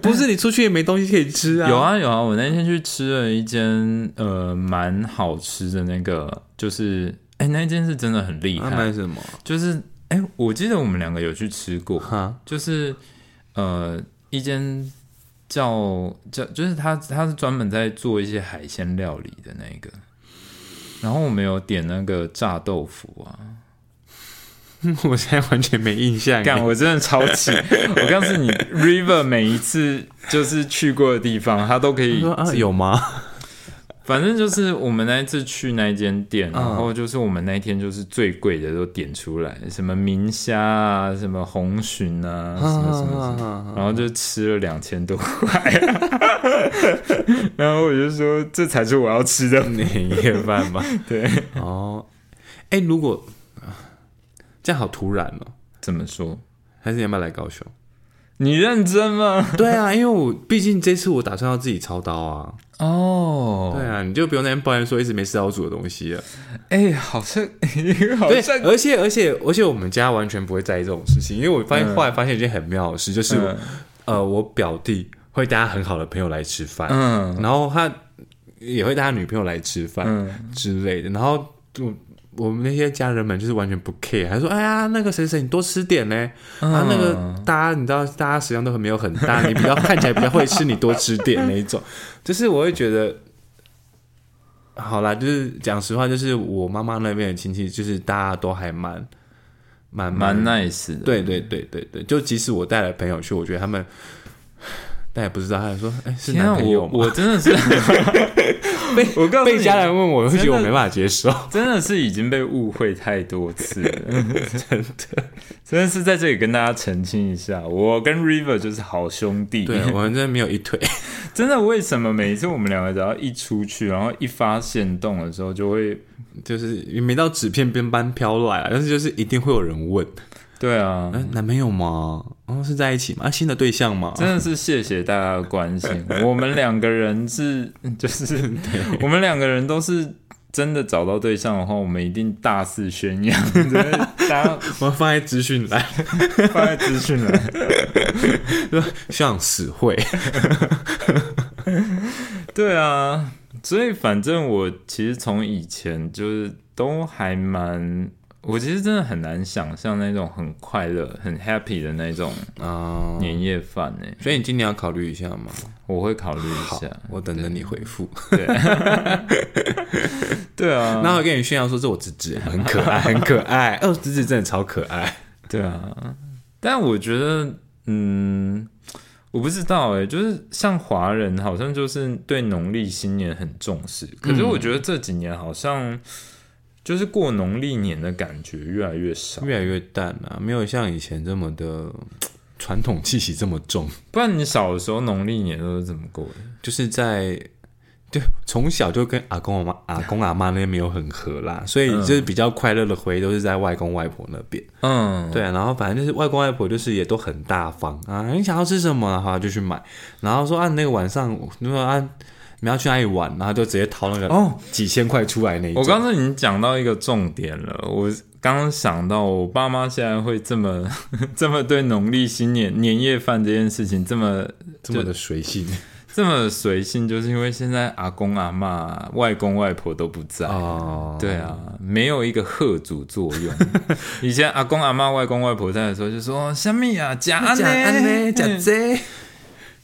Speaker 2: 不是你出去也没东西可以吃啊。
Speaker 1: 有，啊有啊，我那天去吃了一间呃蛮好吃的那个，就是哎、那一间是真的很厉
Speaker 2: 他
Speaker 1: 害，
Speaker 2: 买什么？
Speaker 1: 就是哎、我记得我们两个有去吃过，
Speaker 2: 哈，
Speaker 1: 就是呃一间。叫叫就是他，他是专门在做一些海鲜料理的那一个，然后我们有点那个炸豆腐啊，
Speaker 2: 我现在完全没印象。
Speaker 1: 干，我真的超气！ 我告诉你，River 每一次就是去过的地方，他都可
Speaker 2: 他
Speaker 1: 以
Speaker 2: 说。啊，有吗？
Speaker 1: 反正就是我们那一次去那间
Speaker 2: 嗯
Speaker 1: 店，然后就是我们那一天就是最贵的都点出来，什么明虾啊，什么红鲟啊，什么什么什么，
Speaker 2: 么
Speaker 1: 然后就吃了两千多块。然后我就说，这才是我要吃的。
Speaker 2: 年夜饭 吧？
Speaker 1: 对，
Speaker 2: 哦，哎，如果啊这样好突然哦，
Speaker 1: 怎么说？
Speaker 2: 还是你要不要来高雄？
Speaker 1: 你认真吗？
Speaker 2: 对啊，因为我毕竟这次我打算要自己操刀啊。
Speaker 1: 哦，
Speaker 2: 对啊，你就不用在那边抱怨说一直没吃到我煮的东西了。
Speaker 1: 哎、好像， 好
Speaker 2: 对
Speaker 1: 像，，嗯
Speaker 2: 而且而且而且我们家完全不会在意这种事情，因为我发现、
Speaker 1: 嗯
Speaker 2: 后来发现一件很妙的事，就是、
Speaker 1: 嗯
Speaker 2: 呃，我表弟会带他很好的朋友来吃饭，
Speaker 1: 嗯
Speaker 2: 然后他也会带他女朋友来吃饭、
Speaker 1: 嗯。
Speaker 2: 之类的，然后就。我们那些家人们就是完全不 care，还说哎呀那个谁谁你多吃点呢，啊那个大家你知道大家食量都很没有很大，你比较看起来比较会吃，你多吃点那一种， 就是我会觉得，好啦，就是讲实话，就是我妈妈那边的亲戚，就是大家都还蛮蛮
Speaker 1: 蛮 nice 的。，
Speaker 2: 对对对对对，就即使我带了朋友去，我觉得他们。但也不知道，他还说：“哎、是
Speaker 1: 天啊，
Speaker 2: 男朋
Speaker 1: 我
Speaker 2: 友吗
Speaker 1: 我真的是，
Speaker 2: 被
Speaker 1: 我告诉你
Speaker 2: 被家人问啊我，我会觉得我没办法接受。
Speaker 1: 真的是已经被误会太多次了，真的，真的是在这里跟大家澄清一下，我跟 River 就是好兄弟。
Speaker 2: 对，哦我们真的没有一腿。
Speaker 1: 真的，为什么每一次我们两个只要一出去，然后一发现动的时候，就会
Speaker 2: 就是也没到纸片边般飘来啊，但是就是一定会有人问，
Speaker 1: 对啊，
Speaker 2: 嗯、男朋友吗？哦，是在一起吗？啊，新的对象吗？
Speaker 1: 真的是谢谢大家的关心。我们两个人是，就是我们两个人都是真的找到对象的话，我们一定大肆宣扬，真的大家
Speaker 2: 我放在资讯栏，
Speaker 1: 放在资讯栏。
Speaker 2: 像死会。
Speaker 1: 对啊，所以反正我其实从以前就是都还蛮，我其实真的很难想象那种很快乐、很 happy 的那种
Speaker 2: 啊、
Speaker 1: 年夜饭呢、
Speaker 2: 所以你今年要考虑一下吗？
Speaker 1: 我会考虑一下。
Speaker 2: 我等着你回复。
Speaker 1: 对，对啊，
Speaker 2: 那我跟你炫耀说，这我侄子很可爱，很可爱。 哦，侄子真的超可爱。
Speaker 1: 对啊，但我觉得，嗯，我不知道哎、就是像华人好像就是对农历新年很重视，可是我觉得这几年好像就是过农历年的感觉越来越少。
Speaker 2: 越来越淡啊，没有像以前这么的传统气息这么重，
Speaker 1: 不然你小的时候农历年都是怎么过的？
Speaker 2: 就是在。就从小就跟阿公阿妈、阿公阿妈那边没有很合啦，所以就是比较快乐的回忆都是在外公外婆那边。
Speaker 1: 嗯，
Speaker 2: 对啊，然后反正就是外公外婆就是也都很大方啊，你想要吃什么啊，好就去买，然后说啊那个晚上如果啊你们要去哪里玩，然后就直接掏那个
Speaker 1: 哦
Speaker 2: 几千块出来那一种。
Speaker 1: 我刚才已经讲到一个重点了，我刚刚想到，我爸妈现在会这么 这么对农历新年年夜饭这件事情这么
Speaker 2: 这么的随性
Speaker 1: 这么随性，就是因为现在阿公阿嬷、外公外婆都不在。
Speaker 2: 哦，
Speaker 1: 对啊，没有一个贺主作 用。以前阿公阿嬷、外公外婆在的时候，就说“虾米啊，假安
Speaker 2: 假安呢，
Speaker 1: 呢，
Speaker 2: 假这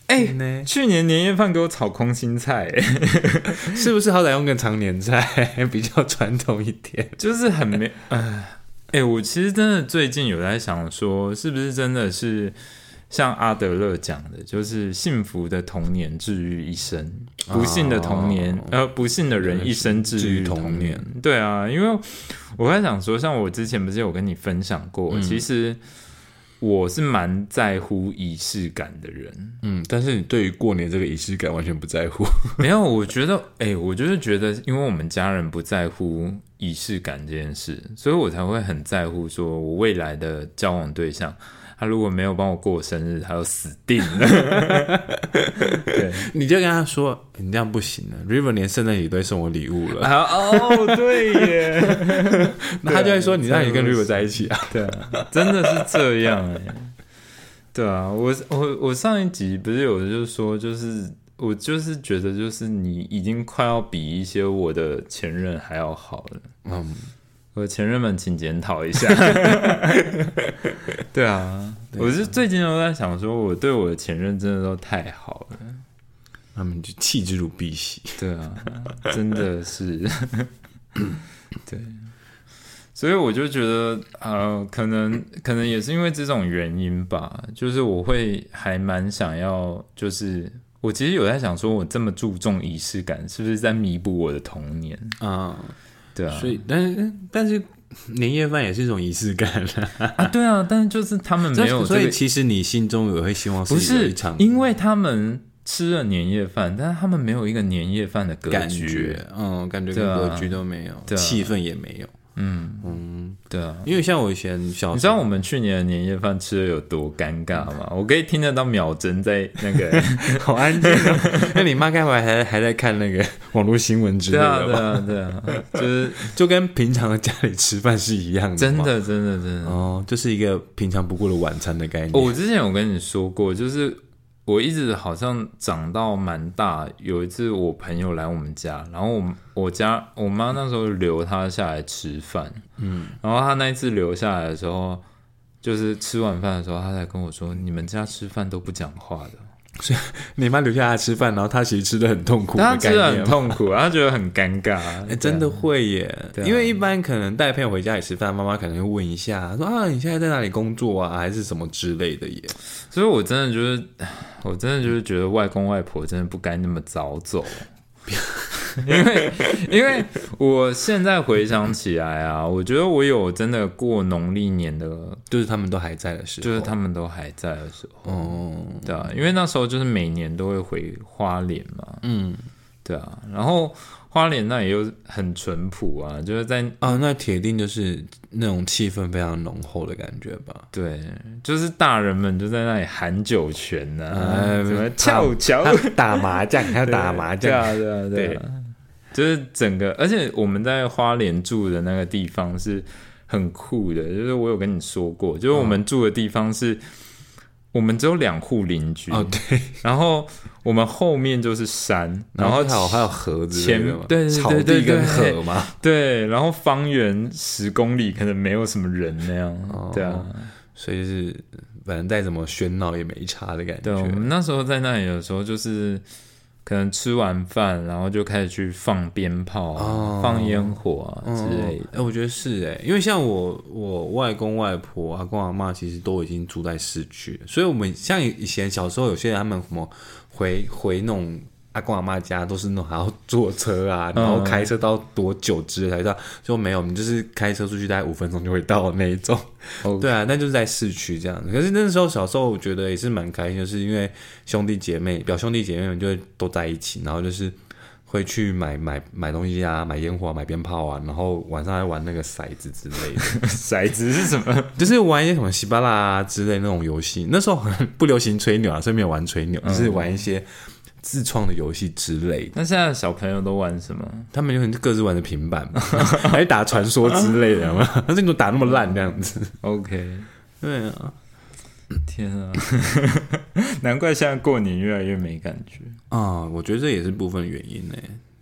Speaker 1: 哎
Speaker 2: 呢，
Speaker 1: 去年年夜饭给我炒空心菜、哎
Speaker 2: 是不是好歹用个常年菜比较传统一点？
Speaker 1: 就是很没……哎、哎，我其实真的最近有在想说，是不是真的是像阿德勒讲的，就是幸福的童年治愈一生，不幸的童年，
Speaker 2: 哦
Speaker 1: 呃，不幸的人一生治愈童年。对啊，因为我在想说，像我之前不是有跟你分享过，其实我是蛮在乎仪式感的人。
Speaker 2: 嗯，但是你对于过年这个仪式感完全不在乎，
Speaker 1: 没有，我觉得，哎、我就是觉得，因为我们家人不在乎仪式感这件事，所以我才会很在乎，说我未来的交往对象。他如果没有帮我过生日，他就死定了。对，
Speaker 2: 你就跟他说你这样不行了，River 连圣诞节都会送我礼物了，
Speaker 1: 啊 哦，对耶，
Speaker 2: 那他就会说你啊让你跟
Speaker 1: 真的不
Speaker 2: River 在一起啊。
Speaker 1: 对啊，真的是这样哎、对啊，我我我上一集不是有就是说，就是我就是觉得，就是你已经快要比一些我的前任还要好了。
Speaker 2: 嗯，
Speaker 1: 我的前任们，请检讨一下。 对啊， 我是最近都在想说，我对我的前任真的都太好了。
Speaker 2: 他们就弃之如敝屣。
Speaker 1: 对啊，真的是， 对，所以我就觉得，呃，可能可能也是因为这种原因吧，就是我会还蛮想要，就是我其实有在想，说我这么注重仪式感，是不是在弥补我的童年？
Speaker 2: 啊，
Speaker 1: 对啊，
Speaker 2: 所以但是但是年夜饭也是一种仪式感啦，
Speaker 1: 啊，对啊，但是就是他们没有
Speaker 2: 所
Speaker 1: 这
Speaker 2: 以
Speaker 1: 个
Speaker 2: 其实你心中也会希望
Speaker 1: 不
Speaker 2: 有
Speaker 1: 是
Speaker 2: 一场
Speaker 1: 因为他们吃了年夜饭，但是他们没有一个年夜饭的格
Speaker 2: 感
Speaker 1: 局。
Speaker 2: 觉，嗯，感觉
Speaker 1: 对
Speaker 2: 跟
Speaker 1: 啊
Speaker 2: 格局都没有，
Speaker 1: 对啊
Speaker 2: 气氛也没有，
Speaker 1: 嗯
Speaker 2: 嗯，
Speaker 1: 对啊。
Speaker 2: 因为像我以前小
Speaker 1: 你
Speaker 2: 时
Speaker 1: 知
Speaker 2: 候，
Speaker 1: 道我们去年的年夜饭吃的有多尴尬吗？ 我可以听得到秒针在那个，
Speaker 2: 好安静、哦，那你妈该不会还还在看那个 网络新闻之类
Speaker 1: 对啊，
Speaker 2: 的
Speaker 1: 对
Speaker 2: 吧？
Speaker 1: 啊，对啊，就是
Speaker 2: 就跟平常的家里吃饭是一样的，
Speaker 1: 真。 的，真的，真的。
Speaker 2: 哦，就是一个平常不过的晚餐的概念。
Speaker 1: 哦，我之前有跟你说过，就是我一直好像长到蛮大。有一次我朋友来我们家，然后我我家我妈那时候留他下来吃饭，嗯，然后他那一次留下来的时候，就是吃完饭的时候，他才跟我说：“你们家吃饭都不讲话的。”
Speaker 2: 你妈留下来吃饭，然后她其实吃的很痛苦
Speaker 1: 他
Speaker 2: 的
Speaker 1: 吃
Speaker 2: 概
Speaker 1: 的
Speaker 2: 念
Speaker 1: 很。痛苦，他觉得很尴尬
Speaker 2: 哎、。真的会耶，
Speaker 1: 对啊
Speaker 2: 因为一般可能带朋友回家里吃饭，妈妈可能会问一下，说啊，你现在在哪里工作啊，还是什么之类的耶。
Speaker 1: 所以我真 的就是，我真的就是觉得外公外婆真的不该那么早走。 因为 因为我现在回想起来啊，我觉得我有真的过农历年的，
Speaker 2: 就是他们都还在的时候，
Speaker 1: 就是他们都还在的时候，
Speaker 2: 哦，
Speaker 1: 对啊，因为那时候就是每年都会回花莲嘛，
Speaker 2: 嗯
Speaker 1: 对啊，然后花莲那也又很淳朴啊，就是在
Speaker 2: 啊，那铁定就是那种气氛非常浓厚的感觉吧。
Speaker 1: 对，就是大人们就在那里喊酒泉呐、
Speaker 2: 哎
Speaker 1: 什么翘脚，
Speaker 2: 打麻将，还要打麻
Speaker 1: 对
Speaker 2: 将，
Speaker 1: 啊对啊对啊，就是整个，而且我们在花莲住的那个地方是很酷的，就是我有跟你说过，就是我们住的地方是。我们只有两户邻居，
Speaker 2: 哦对，
Speaker 1: 然后我们后面就是山，然后
Speaker 2: 哦还有还有河之类
Speaker 1: 前
Speaker 2: 的嘛，
Speaker 1: 对对
Speaker 2: 草
Speaker 1: 对对
Speaker 2: 地跟
Speaker 1: 对
Speaker 2: 河嘛，
Speaker 1: 对，然后方圆十公里可能没有什么人那样，对啊，
Speaker 2: 所以就是反正再怎么喧闹也没差的感
Speaker 1: 对，啊我
Speaker 2: 觉。
Speaker 1: 们那时候在那里的时候，就是可能吃完饭，然后就开始去放鞭炮啊、
Speaker 2: 哦
Speaker 1: 放烟火啊之类
Speaker 2: 哎、我觉得是哎、因为像我我外公外婆、阿公阿妈其实都已经住在市区了，所以我们像以前小时候有些人他们什么回回那种阿公阿妈家都是那种还要坐车啊，然后开车到多久之类才到，就没有，我们就是开车出去大概五分钟就会到的那一种。
Speaker 1: OK
Speaker 2: 对啊，但就是在市区这样子。可是那时候小时候我觉得也是蛮开心，就是因为兄弟姐妹、表兄弟姐妹们就会都在一起，然后就是。会去买买买东西啊，买烟火、啊、买鞭炮啊，然后晚上还玩那个骰子之类的，
Speaker 1: 的。 骰子是什么？
Speaker 2: 就是玩一些什么稀巴拉啊之类那种游戏。那时候很不流行吹牛啊，所以没有玩吹牛，就是玩一些自创的游戏之类的。
Speaker 1: 那现在的小朋友都玩什么？
Speaker 2: 他们就很各自玩的平板 嘛，还打传说之类的 嘛，但是你怎么打那么烂这样子？
Speaker 1: OK，
Speaker 2: 对啊，
Speaker 1: 天啊， 难怪现在过年越来越没感觉。
Speaker 2: 啊，我觉得这也是部分原因呢、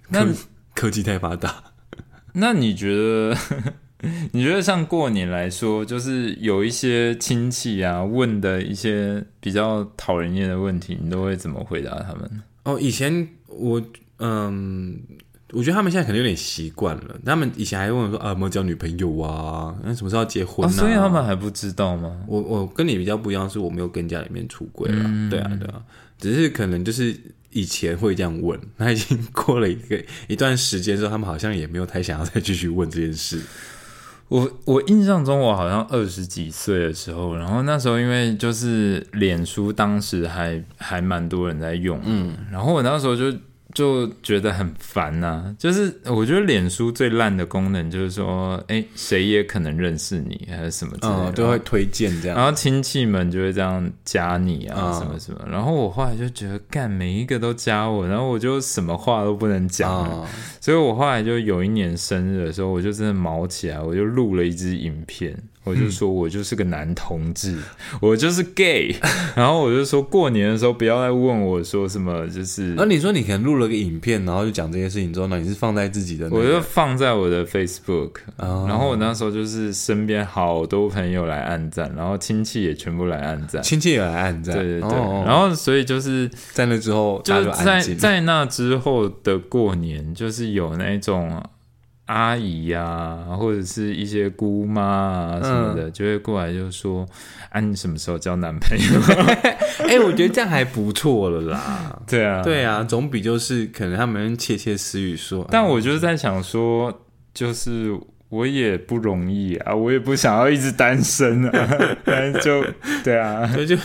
Speaker 1: 那
Speaker 2: 科科技太发达，
Speaker 1: 那你觉得？ 你觉得像过年来说，就是有一些亲戚啊问的一些比较讨人厌的问题，你都会怎么回答他们？
Speaker 2: 哦，以前我嗯，我觉得他们现在可能有点习惯了。他们以前还问我说啊，有没有交女朋友啊？那什么时候要结婚
Speaker 1: 哦，
Speaker 2: 啊？
Speaker 1: 所以他们还不知道吗？
Speaker 2: 我我跟你比较不一样，是我没有跟家里面出轨了。对啊，对啊，只是可能就是以前会这样问，那已经过了一个 一段时间之后，他们好像也没有太想要再继续问这件事。
Speaker 1: 我我印象中，我好像二十几岁的时候，然后那时候因为就是脸书当时还还蛮多人在用，嗯，然后我那时候就就觉得很烦呐、就是我觉得脸书最烂的功能就是说，哎，谁也可能认识你还是什么之类的，
Speaker 2: 嗯，都会推荐这样。
Speaker 1: 然后亲戚们就会这样加你啊，
Speaker 2: 嗯
Speaker 1: 什么什么。然后我后来就觉得，干每一个都加我，然后我就什么话都不能讲了。
Speaker 2: 啊，
Speaker 1: 所以我后来就有一年生日的时候，我就真的毛起来，我就录了一支影片，我就说我就是个男同志，我就是 gay。然 后我就说过年的时候不要再问我说什么，就是
Speaker 2: 那、你说你可能录了个影片，然后就讲这些事情之后呢，你是放在自己的那
Speaker 1: 我
Speaker 2: 个
Speaker 1: 就放在我的 Facebook，、
Speaker 2: 哦
Speaker 1: 然后我那时候就是身边好多朋友来按赞，然后亲戚也全部来按赞。
Speaker 2: 亲戚也来按赞，
Speaker 1: 对对对，
Speaker 2: 哦
Speaker 1: 然后所以就是
Speaker 2: 在那之后
Speaker 1: 就
Speaker 2: 大家
Speaker 1: 是
Speaker 2: 就
Speaker 1: 在
Speaker 2: 安静了。
Speaker 1: 在那之后的过年，就是有那种阿姨呀、或者是一些姑妈啊什么的，
Speaker 2: 嗯
Speaker 1: 就会过来就说：“啊，你什么时候交男朋友
Speaker 2: 哎、我觉得这样还不错了啦。？”
Speaker 1: 对啊，。
Speaker 2: 对啊，总比就是可能他们窃窃私语说，嗯
Speaker 1: 但我就是在想说，就是我也不容易啊，我也不想要一直单身啊， 但是就对啊，
Speaker 2: 所以就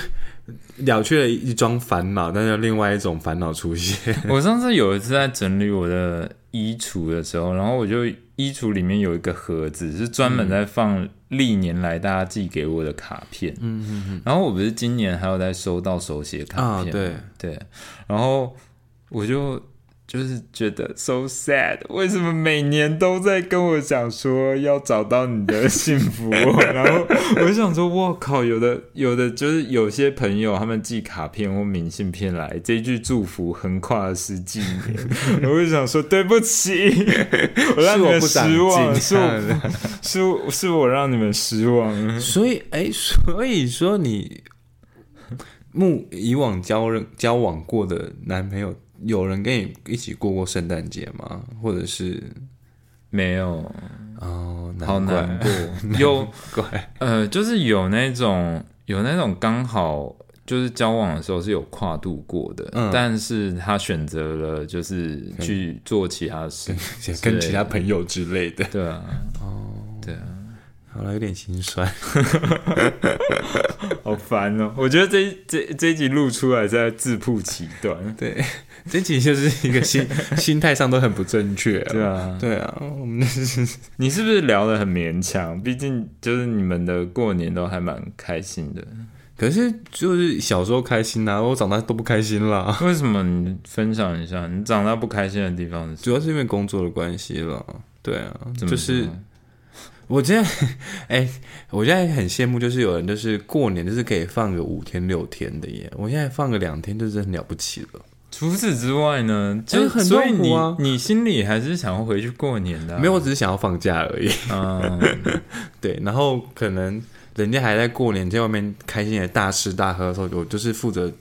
Speaker 2: 了却了一桩烦恼，但是有另外一种烦恼出现。
Speaker 1: 我上次有一次在整理我的衣橱的时候，然后我就衣橱里面有一个盒子，是专门在放历年来大家寄给我的卡片。嗯嗯嗯。然后我不是今年还有在收到手写卡片、
Speaker 2: 啊对
Speaker 1: 对。然后我就就是觉得 so sad，为什么每年都在跟我讲说要找到你 的幸福、然后我就想说，我靠，有的有的就是有些朋友他们寄卡片或明信片来，这一句祝福横跨了十几年，我就想说对不 起，我让你们失望，是
Speaker 2: 是我
Speaker 1: 我
Speaker 2: 不长进，
Speaker 1: 是我是我让你们失望。
Speaker 2: 所以哎、所以说你目以往交人交往过的男朋友，有人跟你一起过过圣诞节吗？或者是
Speaker 1: 没有，
Speaker 2: 哦，难
Speaker 1: 好
Speaker 2: 怪
Speaker 1: 难过。有
Speaker 2: 怪
Speaker 1: 呃，就是有那种有那种刚好就是交往的时候是有跨度过的，
Speaker 2: 嗯
Speaker 1: 但是他选择了就是去做其他事，
Speaker 2: 跟其他朋友之类的。
Speaker 1: 对啊，哦，对啊，
Speaker 2: 好了，有点心酸。
Speaker 1: 好烦哦！我觉得这一这这一集录出来是在自曝其短，
Speaker 2: 对，这集就是一个心 心态上都很不正确、啊。
Speaker 1: 对啊，
Speaker 2: 对啊，我们
Speaker 1: 你是不是聊得很勉强？毕竟就是你们的过年都还蛮开心的，
Speaker 2: 可是就是小时候开心啊，我长大都不开心啦，
Speaker 1: 为什么？你分享一下，你长大不开心的地方是什
Speaker 2: 主要是因为工作的关系了。对啊，
Speaker 1: 么
Speaker 2: 就是我现在， 哎、我现在很羡慕，就是有人就是过年就是可以放个五天六天的耶，我现在放个两天就是很了不起了。
Speaker 1: 除此之外呢，
Speaker 2: 哎
Speaker 1: 就
Speaker 2: 很
Speaker 1: 所以
Speaker 2: 痛
Speaker 1: 你
Speaker 2: 苦啊
Speaker 1: 你心里还是想要回去过年的啊，
Speaker 2: 没有，我只是想要放假而已。
Speaker 1: 嗯，
Speaker 2: 对，然后可能人家还在过年，在外面开心的大吃大喝的时候，我就是负责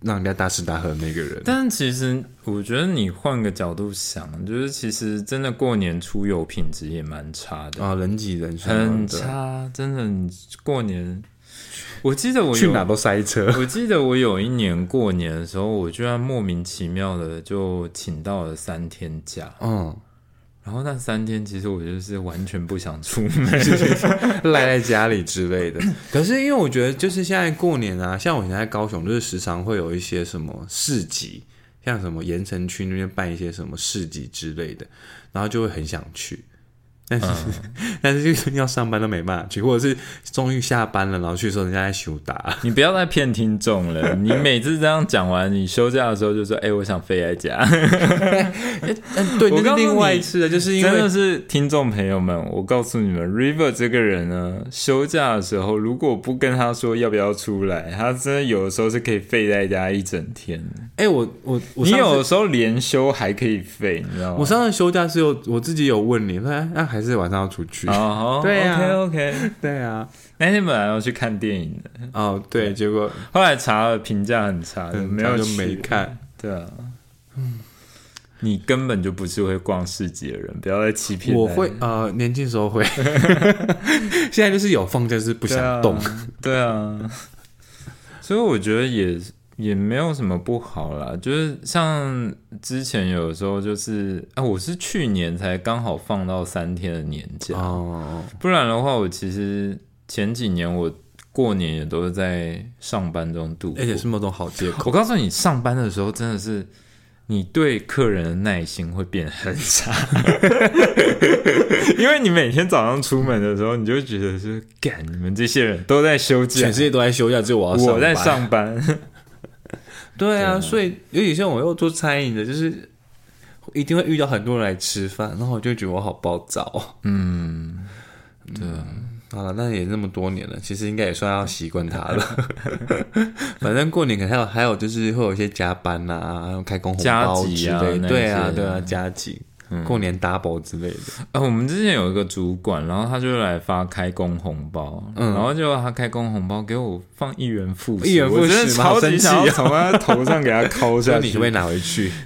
Speaker 2: 让人家大吃大喝的那个人。
Speaker 1: 但其实我觉得你换个角度想，就是其实真的过年出游品质也蛮差的，
Speaker 2: 啊，人挤人什么的，
Speaker 1: 很差，真的。你过年，我记得我
Speaker 2: 去
Speaker 1: 有，
Speaker 2: 哪都 塞车。
Speaker 1: 我记得我有一年过年的时候，我居然莫名其妙的就请到了三天假，
Speaker 2: 嗯，
Speaker 1: 然后那三天其实我就是完全不想出门，
Speaker 2: 赖在家里之类的。 可是因为我觉得，就是现在过年啊，像我现在在高雄，就是时常会有一些什么市集，像什么盐城区那边办一些什么市集之类的，然后就会很想去。但是， 但是就是要上班都没办法去，或者是终于下班了，然后去的时候人家在休打，
Speaker 1: 你不要再骗听众了。你每次这样讲完，你休假的时候就说：“哎、我想飞在家。
Speaker 2: 嗯， 对，
Speaker 1: 我
Speaker 2: 那
Speaker 1: 告
Speaker 2: 是
Speaker 1: 诉
Speaker 2: 另外
Speaker 1: 你
Speaker 2: 一次的，就”是因
Speaker 1: 真的
Speaker 2: 为
Speaker 1: 是听众朋友们，我告诉你们，River 这个人呢，休假的时候如果不跟他说要不要出来，他真的有的时候是可以废在家一整天。
Speaker 2: 哎、我我我
Speaker 1: 你
Speaker 2: 上次
Speaker 1: 有的时候连休还可以废，你知道吗？
Speaker 2: 我上次休假是有我自己有问你，说哎那、还是晚上要出去？
Speaker 1: 哦，
Speaker 2: 对啊
Speaker 1: o k OK。
Speaker 2: 对啊，
Speaker 1: 那天本来要去看电影的，
Speaker 2: 哦对，结果
Speaker 1: 后来查了评价很差，
Speaker 2: 嗯
Speaker 1: 没有
Speaker 2: 他就
Speaker 1: 去
Speaker 2: 没看。
Speaker 1: 对啊，
Speaker 2: 嗯
Speaker 1: 你根本就不是会逛市集的人，不要再欺骗
Speaker 2: 我
Speaker 1: 人啊
Speaker 2: 会呃，年轻时候会， 现在就是有放假就是不想动。
Speaker 1: 对啊，对啊所以我觉得也也没有什么不好啦，就是像之前有时候就是，啊，我是去年才刚好放到三天的年假，
Speaker 2: 哦，
Speaker 1: 不然的话，我其实前几年我过年也都是在上班中度过，
Speaker 2: 而且是某种好借口。
Speaker 1: 我告诉你，上班的时候真的是你对客人的耐心会变很 差，因为你每天早上出门的时候，你就觉得是干你们这些人都在休假
Speaker 2: 全，世界都在休假，只有我要
Speaker 1: 我在
Speaker 2: 班。
Speaker 1: 上班，
Speaker 2: 对
Speaker 1: 对啊
Speaker 2: 啊，所以尤其像我又做餐饮的，就是一定会遇到很多人来吃饭，然后我就觉得我好暴躁 哦。
Speaker 1: 嗯，对啊，
Speaker 2: 好了，那也那么多年了，其实应该也算要习惯它了。 反正过年可能还有还有就是会有一些加班呐、啊，还有开工红包
Speaker 1: 加
Speaker 2: 之
Speaker 1: 急
Speaker 2: 类
Speaker 1: 啊
Speaker 2: 的，对
Speaker 1: 那
Speaker 2: 啊
Speaker 1: 些
Speaker 2: 对啊，加急，
Speaker 1: 嗯
Speaker 2: 过年 double 之类的。
Speaker 1: 啊，我们之前有一个主管，然后他就来发开工红包，
Speaker 2: 嗯
Speaker 1: 然后就他开工红包给我放一元复始，
Speaker 2: 一元复
Speaker 1: 我真的
Speaker 2: 始吗
Speaker 1: 超
Speaker 2: 好
Speaker 1: 级
Speaker 2: 生气
Speaker 1: 想要
Speaker 2: 哦
Speaker 1: 从他头上给他敲
Speaker 2: 所
Speaker 1: 下
Speaker 2: 以你
Speaker 1: 去
Speaker 2: 可不。可以拿回去？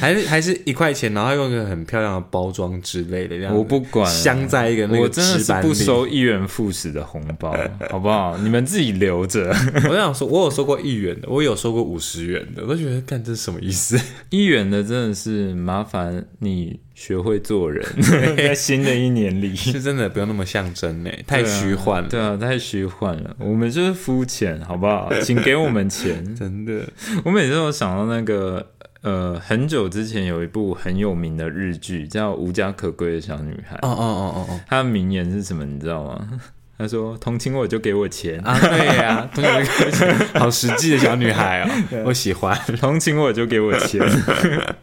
Speaker 2: 还是还是一块钱，然后用一个很漂亮的包装之类的，这样子
Speaker 1: 我不管啊
Speaker 2: 镶在一个那
Speaker 1: 我
Speaker 2: 个
Speaker 1: 真的
Speaker 2: 纸
Speaker 1: 是
Speaker 2: 板里。
Speaker 1: 不收 一元复始的红包， 好不好？你们自己留着。
Speaker 2: 我想说，我有收过一元的，我有收过五十元的，我就觉得干这是什么意思？
Speaker 1: 一元的真的是麻烦你学会做人， 在新的一年里。
Speaker 2: 是真的不用那么象征嘞，太
Speaker 1: 对啊
Speaker 2: 虚幻了，
Speaker 1: 对啊，太虚幻了。我们就是肤浅，好不好？请给我们钱。
Speaker 2: 真的。
Speaker 1: 我每次都想到那个呃，很久之前有一部很有名的日剧叫《无家可归的小女孩》，
Speaker 2: 哦哦哦哦哦。
Speaker 1: 她的名言是什么？你知道吗？ 她说：“同情我就给我钱，
Speaker 2: 啊，对呀、同学们看起来好实际的小女孩 哦，我喜欢。
Speaker 1: 同情我就给我钱。”对啊，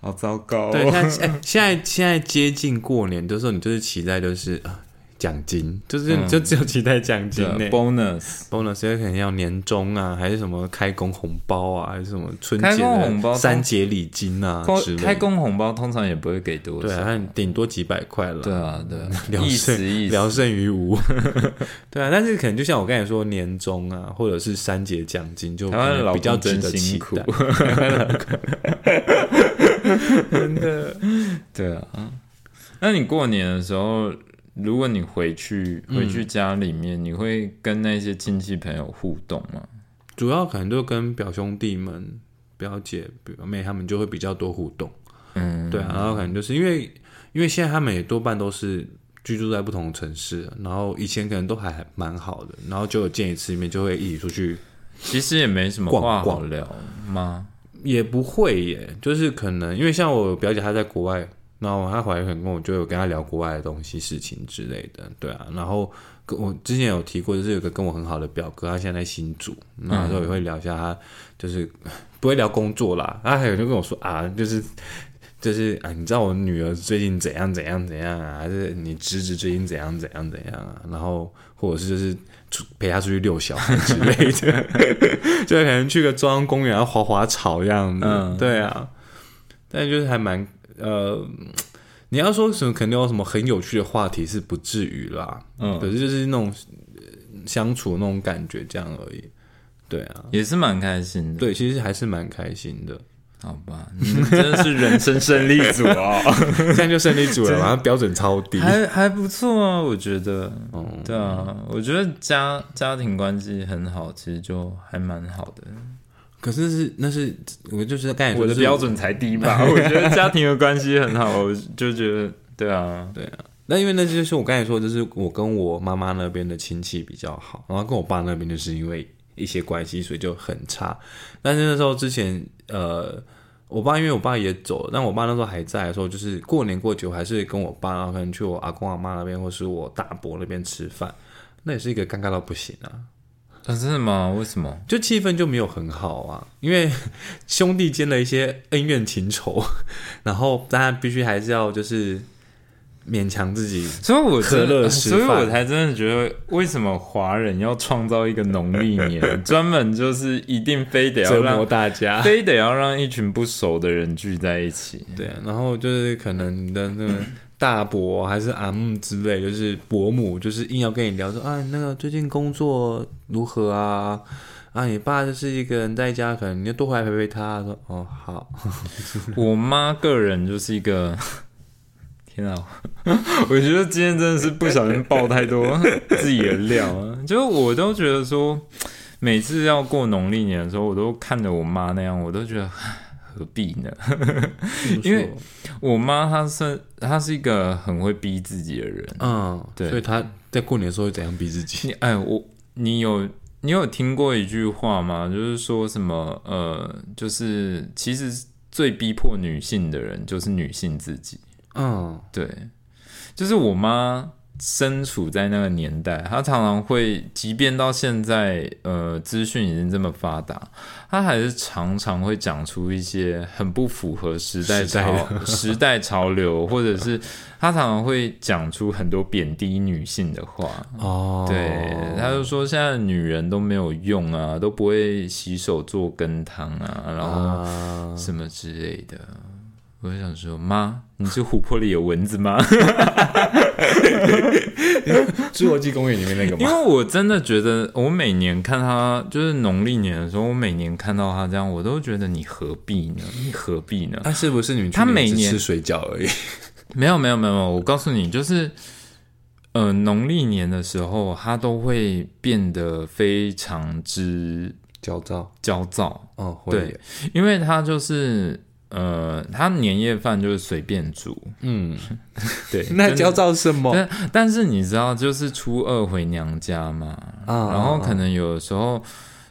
Speaker 1: 好糟糕、哦。
Speaker 2: 对，现在、哎现在现在接近过年的时候，你就是期待就是啊奖金，就是、
Speaker 1: 嗯
Speaker 2: 你就只有期待奖金
Speaker 1: 对啊
Speaker 2: 呢。
Speaker 1: bonus
Speaker 2: bonus 有可能要年终啊，还是什么开工红包啊，还是什么春
Speaker 1: 开
Speaker 2: 节
Speaker 1: 工红包
Speaker 2: 的三节礼金啊之类的。
Speaker 1: 开工红包通常也不会给多
Speaker 2: 对
Speaker 1: 少。
Speaker 2: 啊，那顶多几百块了。
Speaker 1: 对啊，对啊，
Speaker 2: 聊
Speaker 1: 意
Speaker 2: 胜
Speaker 1: 思意思。
Speaker 2: 聊胜于无， 对啊，但是可能就像我刚才说，年终啊，或者是三节奖金，就
Speaker 1: 台湾
Speaker 2: 可
Speaker 1: 的
Speaker 2: 能
Speaker 1: 老
Speaker 2: 比较
Speaker 1: 公
Speaker 2: 值
Speaker 1: 真
Speaker 2: 得期
Speaker 1: 辛苦
Speaker 2: 待。，
Speaker 1: 真的，对啊。那你过年的时候如果你回去
Speaker 2: 嗯
Speaker 1: 回去家里面，你会跟那些亲戚朋友互动吗？
Speaker 2: 主要可能就跟表兄弟们、表姐、表妹他们就会比较多互动。
Speaker 1: 嗯，
Speaker 2: 对啊，然后可能就是因为因为现在他们也多半都是居住在不同的城市，然后以前可能都还蛮好的，然后就有见一次面就会一起出去，
Speaker 1: 其实也没什么
Speaker 2: 逛
Speaker 1: 话好
Speaker 2: 逛
Speaker 1: 聊吗？
Speaker 2: 也不会耶，就是可能因为像我表姐她在国外，然后她回来可能跟我就有跟她聊国外的东西、事情之类的，对啊，然后跟我之前有提过，就是有个跟我很好的表哥，他现在在新竹，那时候也会聊一下他，就是不会聊工作啦，他还有就跟我说啊，就是。就是啊，你知道我女儿最近怎样怎样怎样啊，还是你侄子最近怎样怎样怎样啊？然后或者是就是出陪她出去遛小孩之类的， 就可能去个中央公园然后滑滑草这样子，
Speaker 1: 嗯
Speaker 2: 对啊。但就是还蛮呃，你要说什么，肯定有什么很有趣的话题是不至于啦，
Speaker 1: 嗯
Speaker 2: 可是就是那种呃相处的那种感觉这样而已。对啊，
Speaker 1: 也是蛮开心的。
Speaker 2: 对，其实还是蛮开心的。
Speaker 1: 好吧，你们真的是人生胜利组哦，
Speaker 2: 现在就胜利组了，然后标准超 低。
Speaker 1: 还还不错啊，我觉得。
Speaker 2: 嗯，
Speaker 1: 对啊，我觉得家家庭关系很好，其实就还蛮好的。
Speaker 2: 可是是那是我就是刚才 说
Speaker 1: 我的
Speaker 2: 是
Speaker 1: 标，准才低吧？ 我觉得家庭的关系很 好，我就觉得对啊，
Speaker 2: 那因为那就是我刚才说，就是我跟我妈妈那边的亲戚比较好，然后跟我爸那边就是因为一些关系，所以就很差。但是那时候之前，呃，我爸因为我爸也走了，但我爸那时候还在的时候，就是过年过节我还是跟我爸，然后可能去我阿公阿妈那边，或是我大伯那边吃饭，那也是一个尴尬到不行啊。
Speaker 1: 啊真的吗？为什么？
Speaker 2: 就气氛就没有很好啊，因为 兄弟间的一些恩怨情仇， 然后大家必须还是要就是勉强自己。
Speaker 1: 所以我真
Speaker 2: 可乐
Speaker 1: 的，
Speaker 2: 吃
Speaker 1: 所以我
Speaker 2: 饭
Speaker 1: 才真的觉得，为什么华人要创造一个农历 年，专门就是一定非得要
Speaker 2: 折磨
Speaker 1: 让，
Speaker 2: 大家，
Speaker 1: 非得要让一群不熟的人聚在一起？
Speaker 2: 对啊，然后就是可能你的那个大伯还是阿姆之类，就是伯母，就是硬要跟你聊说啊，那个最近工作如何啊？啊，你爸就是一个人在家，可能你就多回来陪陪他。说哦好，
Speaker 1: 我妈个人就是一个， 天啊！ 我觉得今天真的是不小心爆太多 自己的料啊，就是我都觉得说，每次要过农历年的时候，我都看着我妈那样，我都觉得 唉何必呢？因为我妈她是她是一个很会逼自己的人，
Speaker 2: 嗯，
Speaker 1: 对
Speaker 2: 所以他在过年的时候会怎样逼自己？
Speaker 1: 你哎我你有你有听过一句话吗？就是说什么呃，就是其实最逼迫女性的人就是女性自己。
Speaker 2: 嗯，
Speaker 1: 对，就是我妈身处在那个年代，她常常会，即便到现在，呃，资讯已经这么发达，她还是常常会讲出一些很不符合时代
Speaker 2: 时代
Speaker 1: 潮时代潮流，或者是她常常会讲出很多贬低女性的话。
Speaker 2: 哦，
Speaker 1: 对，她就说现在的女人都没有用啊，都不会洗手做羹汤啊，然后
Speaker 2: 啊，
Speaker 1: 什么之类的。我就想说，妈，你是琥珀里有蚊子吗？
Speaker 2: 《侏罗纪公园》里面那个
Speaker 1: 因
Speaker 2: 吗？
Speaker 1: 为我真的觉得，我每年看他就是农历年的时候，我每年看到他这样，我都觉得你何必呢？你何必呢？
Speaker 2: 那是不是你们去
Speaker 1: 他每
Speaker 2: 只
Speaker 1: 年
Speaker 2: 吃水饺而已？
Speaker 1: 没有没有没有，没有我告诉你，就是呃，农历年的时候，他都会变得非常之
Speaker 2: 焦躁
Speaker 1: 焦躁，
Speaker 2: 哦，会
Speaker 1: 对，因为他就是呃，他年夜饭就是随便煮，
Speaker 2: 嗯，
Speaker 1: 对，
Speaker 2: 那
Speaker 1: 真的
Speaker 2: 焦躁什么
Speaker 1: 但但是你知道，就是初二回娘家嘛，
Speaker 2: 啊
Speaker 1: 然后可能有时候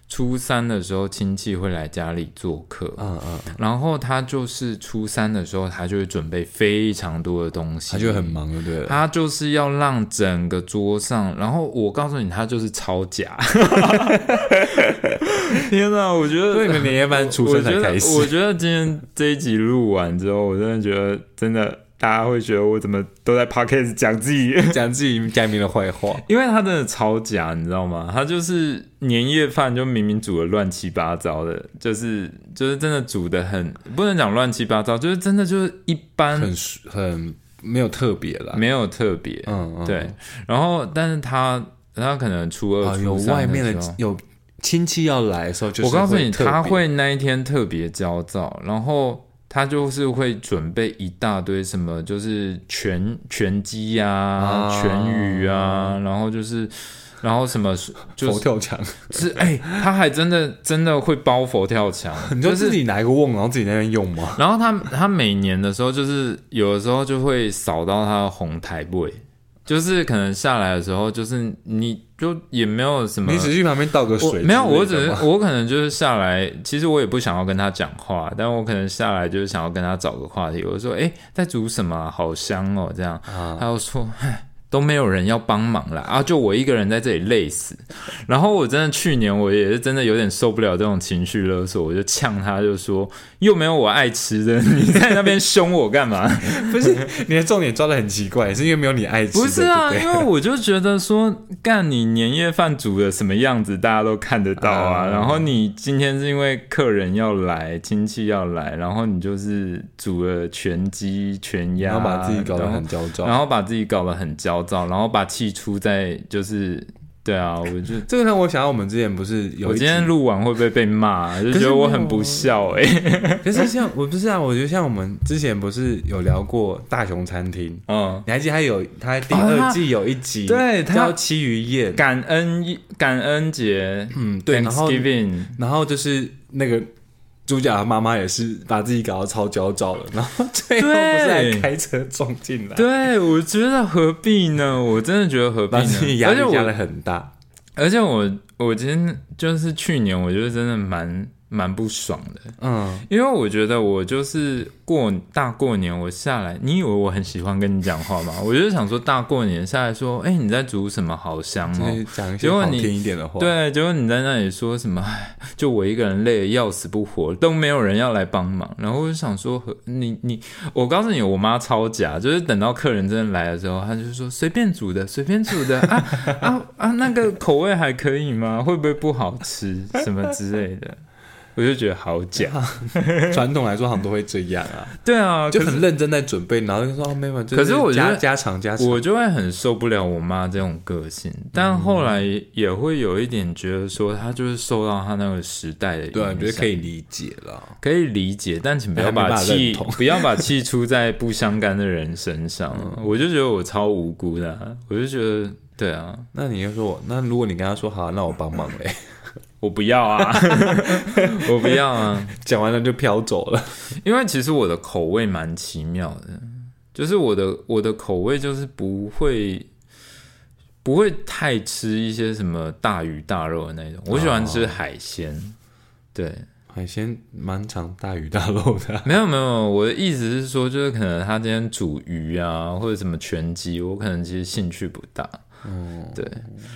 Speaker 1: 初三的时候亲戚会来家里做客，
Speaker 2: 嗯嗯，
Speaker 1: 然后他就是初三的时候，他就会准备非常多的东西，
Speaker 2: 他就很，忙，就对了。
Speaker 1: 他就是要让整个桌上，然后我告诉你，他就是抄 家。天哪，我觉得
Speaker 2: 所以你们年夜饭出
Speaker 1: 我
Speaker 2: 生
Speaker 1: 觉
Speaker 2: 才
Speaker 1: 得，
Speaker 2: 开始，
Speaker 1: 我觉得今天这一集录完之后，我真的觉得真的。大家会觉得我怎么都在 podcast 讲自己
Speaker 2: 讲自己家里面的坏话。
Speaker 1: 因为他真的超假，你知道吗？他就是年夜饭就明明煮的乱七八糟的，就是就是真的煮的很不能讲乱七八糟，就是真的就是一般
Speaker 2: 很舒很没有特别啦。
Speaker 1: 嗯没有特别。
Speaker 2: 嗯嗯，
Speaker 1: 对，然后但是他他可能初二、
Speaker 2: 啊，有
Speaker 1: 初三
Speaker 2: 外面
Speaker 1: 的时
Speaker 2: 的
Speaker 1: 候。
Speaker 2: 有亲戚要来的时候，就是
Speaker 1: 我告诉你，
Speaker 2: 特别
Speaker 1: 他会那一天特别焦躁，然后他就是会准备一大堆什么，就是全全鸡啊、
Speaker 2: 啊
Speaker 1: 全鱼啊，然后就是，然后什 么就
Speaker 2: 佛
Speaker 1: 是
Speaker 2: 跳墙，，
Speaker 1: 是哎、他还真的真的会包佛跳墙
Speaker 2: 你
Speaker 1: 就
Speaker 2: 就是自己拿一个瓮，然后自己在那边用吗？
Speaker 1: 然后他他每年的时候，就是有的时候就会扫到他的红台位，就是可能下来的时候，就是你就也没有什么，
Speaker 2: 你只是去旁边倒个
Speaker 1: 我
Speaker 2: 水，
Speaker 1: 没有，我只是我可能就是下来，其实我也不想要跟他讲话，但我可能下来就是想要跟他找个话题，我就说，哎、在煮什么啊、好香哦，这样，
Speaker 2: 啊
Speaker 1: 他就说， 唉都没有人要帮忙啦，啊，就我一个人在这里累死。 然后我真的去年我也是真的有点受不了这种情绪勒索，我就呛他，就说又没有我爱吃的， 你在那边凶我干嘛？
Speaker 2: 不是你的重点抓的很奇怪，是因为没有你爱吃的，
Speaker 1: 不是啊，
Speaker 2: 对
Speaker 1: 因为我就觉得说，干你年夜饭煮的什么样子，大家都看得到啊。
Speaker 2: 啊
Speaker 1: 然后你今天是因为客人要来，亲戚要来，然后你就是煮了全鸡、全
Speaker 2: 不对
Speaker 1: 鸭，
Speaker 2: 然后把自己搞得
Speaker 1: 然
Speaker 2: 很
Speaker 1: 后
Speaker 2: 焦躁，
Speaker 1: 然后把自己搞得很焦躁，然后把气出在就是，对啊，我就。
Speaker 2: 这个让我想到我们之前不是有
Speaker 1: 我
Speaker 2: 一
Speaker 1: 今天
Speaker 2: 集
Speaker 1: 录完会不会被骂、就觉
Speaker 2: 可是
Speaker 1: 得我
Speaker 2: 没有
Speaker 1: 很不
Speaker 2: 啊
Speaker 1: 孝哎、欸
Speaker 2: 可是像我不是啊，我觉得像我们之前不是有聊过大熊餐厅，
Speaker 1: 嗯，
Speaker 2: 你还记得他有他第
Speaker 1: 哦他
Speaker 2: 二季有一集、
Speaker 1: 对他
Speaker 2: 叫《七鱼宴》，
Speaker 1: 感恩感恩节，
Speaker 2: 嗯对，然后
Speaker 1: Thanksgiving，
Speaker 2: 然后就是那个主角他妈妈也是把自己搞到超焦躁了，然后最后不是
Speaker 1: 对
Speaker 2: 还开车撞进 来，
Speaker 1: 对，我觉得何必呢？我真的觉得何必
Speaker 2: 把
Speaker 1: 呢
Speaker 2: 自己？压
Speaker 1: 而且
Speaker 2: 力压得
Speaker 1: 我，
Speaker 2: 很大，
Speaker 1: 而且我，我今天就是去年，我觉得真的蛮蛮不爽的，
Speaker 2: 嗯，
Speaker 1: 因为我觉得我就是过大过年，我下来，你以为我很喜欢跟你讲话吗？我就想说，大过年下来说，哎、你在煮什么？好香
Speaker 2: 就
Speaker 1: 哦、
Speaker 2: 是讲一
Speaker 1: 结
Speaker 2: 些
Speaker 1: 果
Speaker 2: 好
Speaker 1: 你
Speaker 2: 听一点的话，，
Speaker 1: 对，结果你在那里说什么？ 唉就我一个人累得要死不活，都没有人要来帮忙。然后我就想说，和你你，我告诉你，我妈超假，就是等到客人真的来的时候，她就说随便煮的，随便煮的啊啊 啊，那个口味还可以吗？会不会不好吃什么之类的？我就觉得好 假，
Speaker 2: 传统来说好像都会这样 啊，
Speaker 1: 对啊，
Speaker 2: 就
Speaker 1: 可是
Speaker 2: 很认真在准备，然后就说哦没有，就
Speaker 1: 可是我觉
Speaker 2: 家
Speaker 1: 得
Speaker 2: 家常家常，
Speaker 1: 我就会很受不了我妈这种个性，但后来
Speaker 2: 嗯
Speaker 1: 也会有一点觉得说，她就是受到她那个时代的影响。
Speaker 2: 对啊，我觉得可以理解了，
Speaker 1: 可以理解，但请不要
Speaker 2: 还没
Speaker 1: 把
Speaker 2: 办法
Speaker 1: 气
Speaker 2: 认同
Speaker 1: 不要把气出在不相干的人身上。
Speaker 2: 嗯
Speaker 1: 我就觉得我超无辜的啊、我就觉得对啊，
Speaker 2: 那你就说我，那如果你跟他说好，那我帮忙欸嘞，
Speaker 1: 我不要啊，我不要啊，
Speaker 2: 讲完了就飘走 了。
Speaker 1: 因为其实我的口味蛮奇妙的，就是我的我的口味就是不会不会太吃一些什么大鱼大肉的那种，我喜欢
Speaker 2: 哦
Speaker 1: 吃海鲜。对，
Speaker 2: 海鲜蛮常大鱼大肉的啊、
Speaker 1: 没有没有，我的意思是说，就是可能他今天煮鱼啊，或者什么拳击，我可能其实兴趣不大。
Speaker 2: 哦，
Speaker 1: 对，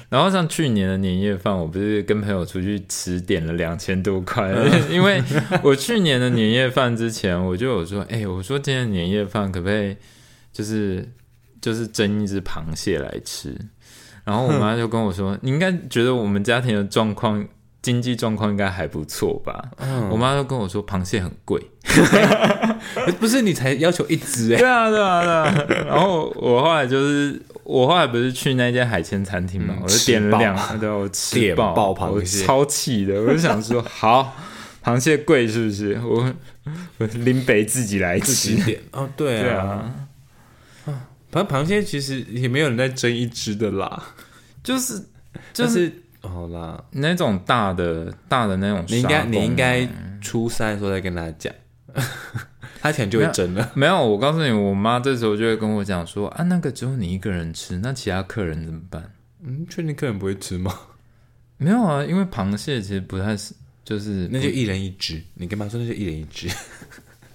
Speaker 1: 然后像去年的年夜饭，我不是跟朋友出去吃，点了两千多块， 因为我去年的年夜饭之前，我就有说，哎、我说今天年夜饭可不可以就是就是蒸一只螃蟹来吃？然后我妈就跟我说，你应该觉得我们家庭的状况。经济状况应该还不错吧？我妈就跟我说螃蟹很贵，
Speaker 2: 不是你才要求一只哎、
Speaker 1: 对啊，对啊，对啊。然后我后来就是，我后来不是去那间海鲜餐厅嘛，
Speaker 2: 嗯
Speaker 1: 我就点了
Speaker 2: 吃爆
Speaker 1: 两，对，我吃
Speaker 2: 点
Speaker 1: 爆
Speaker 2: 爆螃蟹
Speaker 1: 我超气的，我就想说，好，螃蟹贵是不是？我我林北自己来
Speaker 2: 自
Speaker 1: 吃
Speaker 2: 己，点 哦，对
Speaker 1: 对
Speaker 2: 啊，
Speaker 1: 啊，
Speaker 2: 反正螃蟹其实也没有人在争一只的啦，
Speaker 1: 就是就
Speaker 2: 就是是好啦，欸
Speaker 1: 那种大的大的那种，
Speaker 2: 你应该你应该初三的时候再跟他讲， 他可能就会争了。
Speaker 1: 没有，我告诉你，我妈这时候就会跟我讲说啊，那个只有你一个人吃，那其他客人怎么办？
Speaker 2: 嗯，确定客人不会吃吗？
Speaker 1: 没有啊，因为螃蟹其实不太是，就是
Speaker 2: 那就一人一只，你跟他说那就一人一只。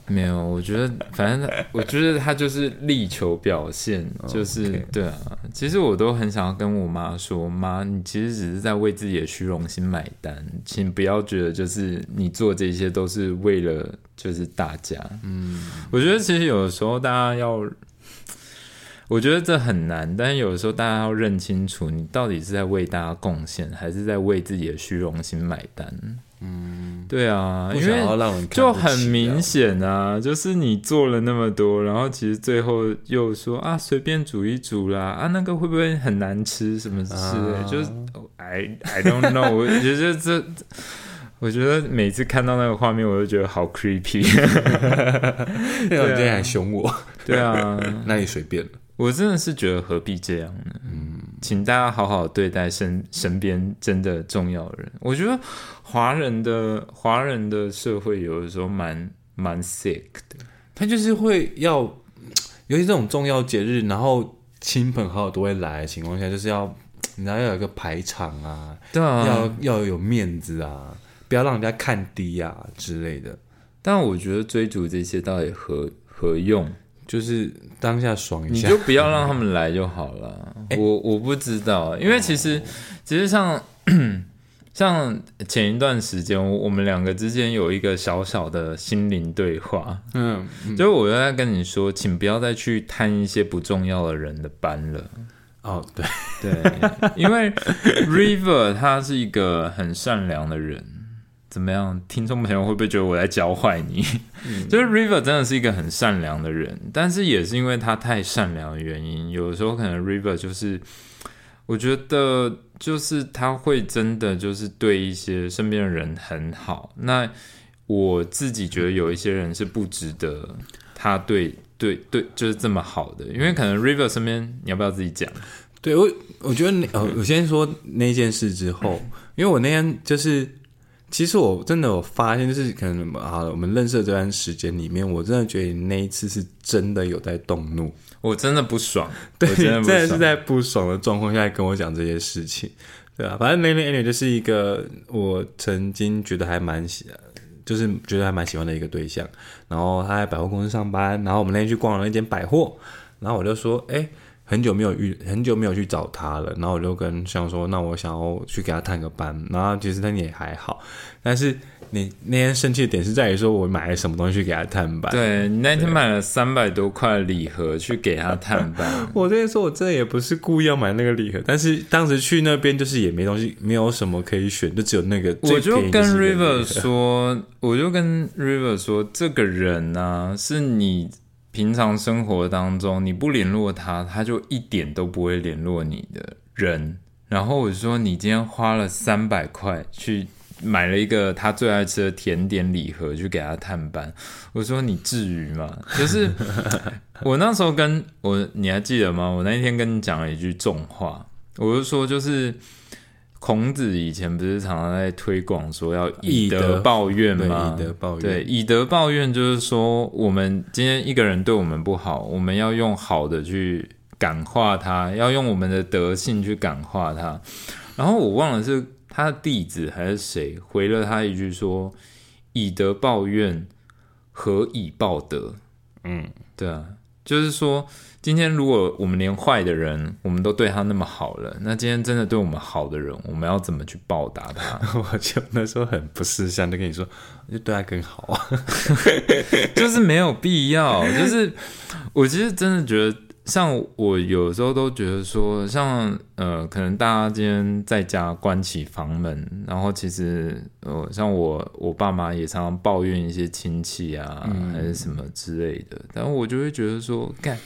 Speaker 1: 没有，我觉得反正他我觉得他就是力求表现，就是、
Speaker 2: 哦 OK
Speaker 1: 对啊。其实我都很想要跟我妈说，妈，你其实只是在为自己的虚荣心买单，请不要觉得就是你做这些都是为了就是大家。嗯，我觉得其实有的时候大家要。我觉得这很难，但是有的时候大家要认清楚，你到底是在为大家贡献，还是在为自己的虚荣心买单？嗯，对啊，
Speaker 2: 不
Speaker 1: 因
Speaker 2: 想
Speaker 1: 为
Speaker 2: 要让人看不起啊
Speaker 1: 就很 明显啊，就是你做了那么多，然后其实最后又说啊，随便煮一煮啦，啊，那个会不会很难吃什么之类的，
Speaker 2: 啊
Speaker 1: 就是 I I don't know，我觉得这。我觉得每次看到那个画面，我就觉得好 creepy。
Speaker 2: 那种今天还凶我，
Speaker 1: 对啊，
Speaker 2: 那你随便了。
Speaker 1: 我真的是觉得何必这样呢？
Speaker 2: 嗯
Speaker 1: 请大家好好对待身身边真的重要的人。我觉得华人的华人的社会有的时候蛮蛮 sick 的，
Speaker 2: 他就是会要，尤其这种重要节日，然后亲朋好友都会来的情况下，就是要你知道要有一个排场啊，
Speaker 1: 对啊。
Speaker 2: 要要有面子啊，不要让人家看低啊之类的。
Speaker 1: 但我觉得追逐这些到底何何用？
Speaker 2: 就是当下爽一
Speaker 1: 你
Speaker 2: 下
Speaker 1: 就，不要让他们来就好了。我我不知道，因为其实其实像 像前一段时间，我我们两个之间有一个小小的心灵对话，
Speaker 2: 嗯，
Speaker 1: 就是我在跟你说，请不要再去探一些不重要的人的班了。
Speaker 2: 哦，对，
Speaker 1: 对， 因为 River 他是一个很善良的人。怎么样？听众朋友会不会觉得我在教坏你？就是 River 真的是一个很善良的人，但是也是因为他太善良的原因，有的时候可能 River 就是，我觉得就是他会真的就是对一些身边的人很好。那我自己觉得有一些人是不值得他对对对就是这么好的，因为可能 River 身边，你要不要自己讲？
Speaker 2: 对我我觉得那呃，我先说那件事之后，因为我那天就是，其实我真的有发现，就是可能好了，我们认识的这段时间里面，我真的觉得你那一次是真的有在动怒，
Speaker 1: 我真的不爽，
Speaker 2: 对，
Speaker 1: 我真的
Speaker 2: 真
Speaker 1: 不
Speaker 2: 的是
Speaker 1: 爽。
Speaker 2: 在不爽的状况下跟我讲这些事情，对啊，反正 Lily Annie 就是一个我曾经觉得还蛮喜，就是觉得还蛮喜欢的一个对象。然后他在百货公司上班，然后我们那天去逛了一间百货，然后我就说，哎、很久没有遇，很久没有去找他了。然后我就跟向说，那我想要去给他探个班。然后其实他也还好，但是你那天生气的点是在于说我买了什么东西去给他探班。，
Speaker 1: 对，你那天买了三百多块的礼盒去给他探班
Speaker 2: 我这边说，我真的也不是故意要买那个礼盒，但是当时去那边就是也没东西，没有什么可以选，就只有那个。
Speaker 1: 我就
Speaker 2: 最
Speaker 1: 跟
Speaker 2: 便宜的是那个
Speaker 1: River 说，我就跟 River 说，这个人呢、是你平常生活当中你不联络他，他就一点都不会联络你的人。然后我说，你今天花了三百块去买了一个他最爱吃的甜点礼盒去给他探班，我说你至于吗？就是 我那时候跟我，你还记得吗？我那一天跟你讲了一句重话，我就说就是。孔子以前不是常常在推广说要以
Speaker 2: 以德
Speaker 1: 德报怨
Speaker 2: 对
Speaker 1: 吗？
Speaker 2: 以德报怨
Speaker 1: 对，以德报怨就是说，我们今天一个人对我们不好，我们要用好的去感化他，要用我们的德性去感化他。然后我忘了是他的弟子还是谁回了他一句说：“以德报怨，何以报德？”
Speaker 2: 嗯，
Speaker 1: 对啊，就是说，今天如果我们连坏的人，我们都对他那么好了，那今天真的对我们好的人，我们要怎么去报答他？
Speaker 2: 我就那时候很不识相，就跟你说，就对他更好啊。
Speaker 1: 就是没有必要。就是我其实真的觉得，像我有时候都觉得说，像呃，可能大家今天在家关起房门，然后其实呃，像我我爸妈也常常抱怨一些亲戚啊，
Speaker 2: 嗯
Speaker 1: 还是什么之类的，但我就会觉得说，干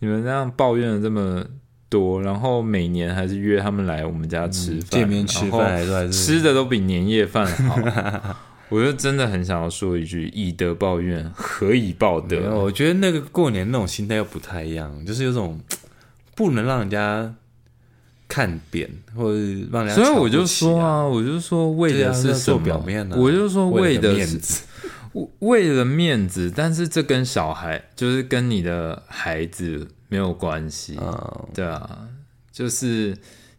Speaker 1: 你们这样抱怨的这么。多，然后每年还是约他们来我们家吃饭，
Speaker 2: 嗯见面吃
Speaker 1: 然后
Speaker 2: 饭还是还是
Speaker 1: 吃的都比年夜饭好。我就真的很想要说一句：以德报怨，何以报
Speaker 2: 没有
Speaker 1: 德？
Speaker 2: 我觉得那个过年那种心态又不太一样，就是有种不能让人家看扁，或者是让人家、
Speaker 1: 所以我就说，啊，我就说为的
Speaker 2: 对
Speaker 1: 是
Speaker 2: 啊
Speaker 1: 什么？
Speaker 2: 做表面啊
Speaker 1: 我就说
Speaker 2: 为了
Speaker 1: 的
Speaker 2: 面
Speaker 1: 是
Speaker 2: 子，
Speaker 1: 为了面子，但是这跟小孩，就是跟你的孩子没有关系。
Speaker 2: 嗯，
Speaker 1: 对啊，就是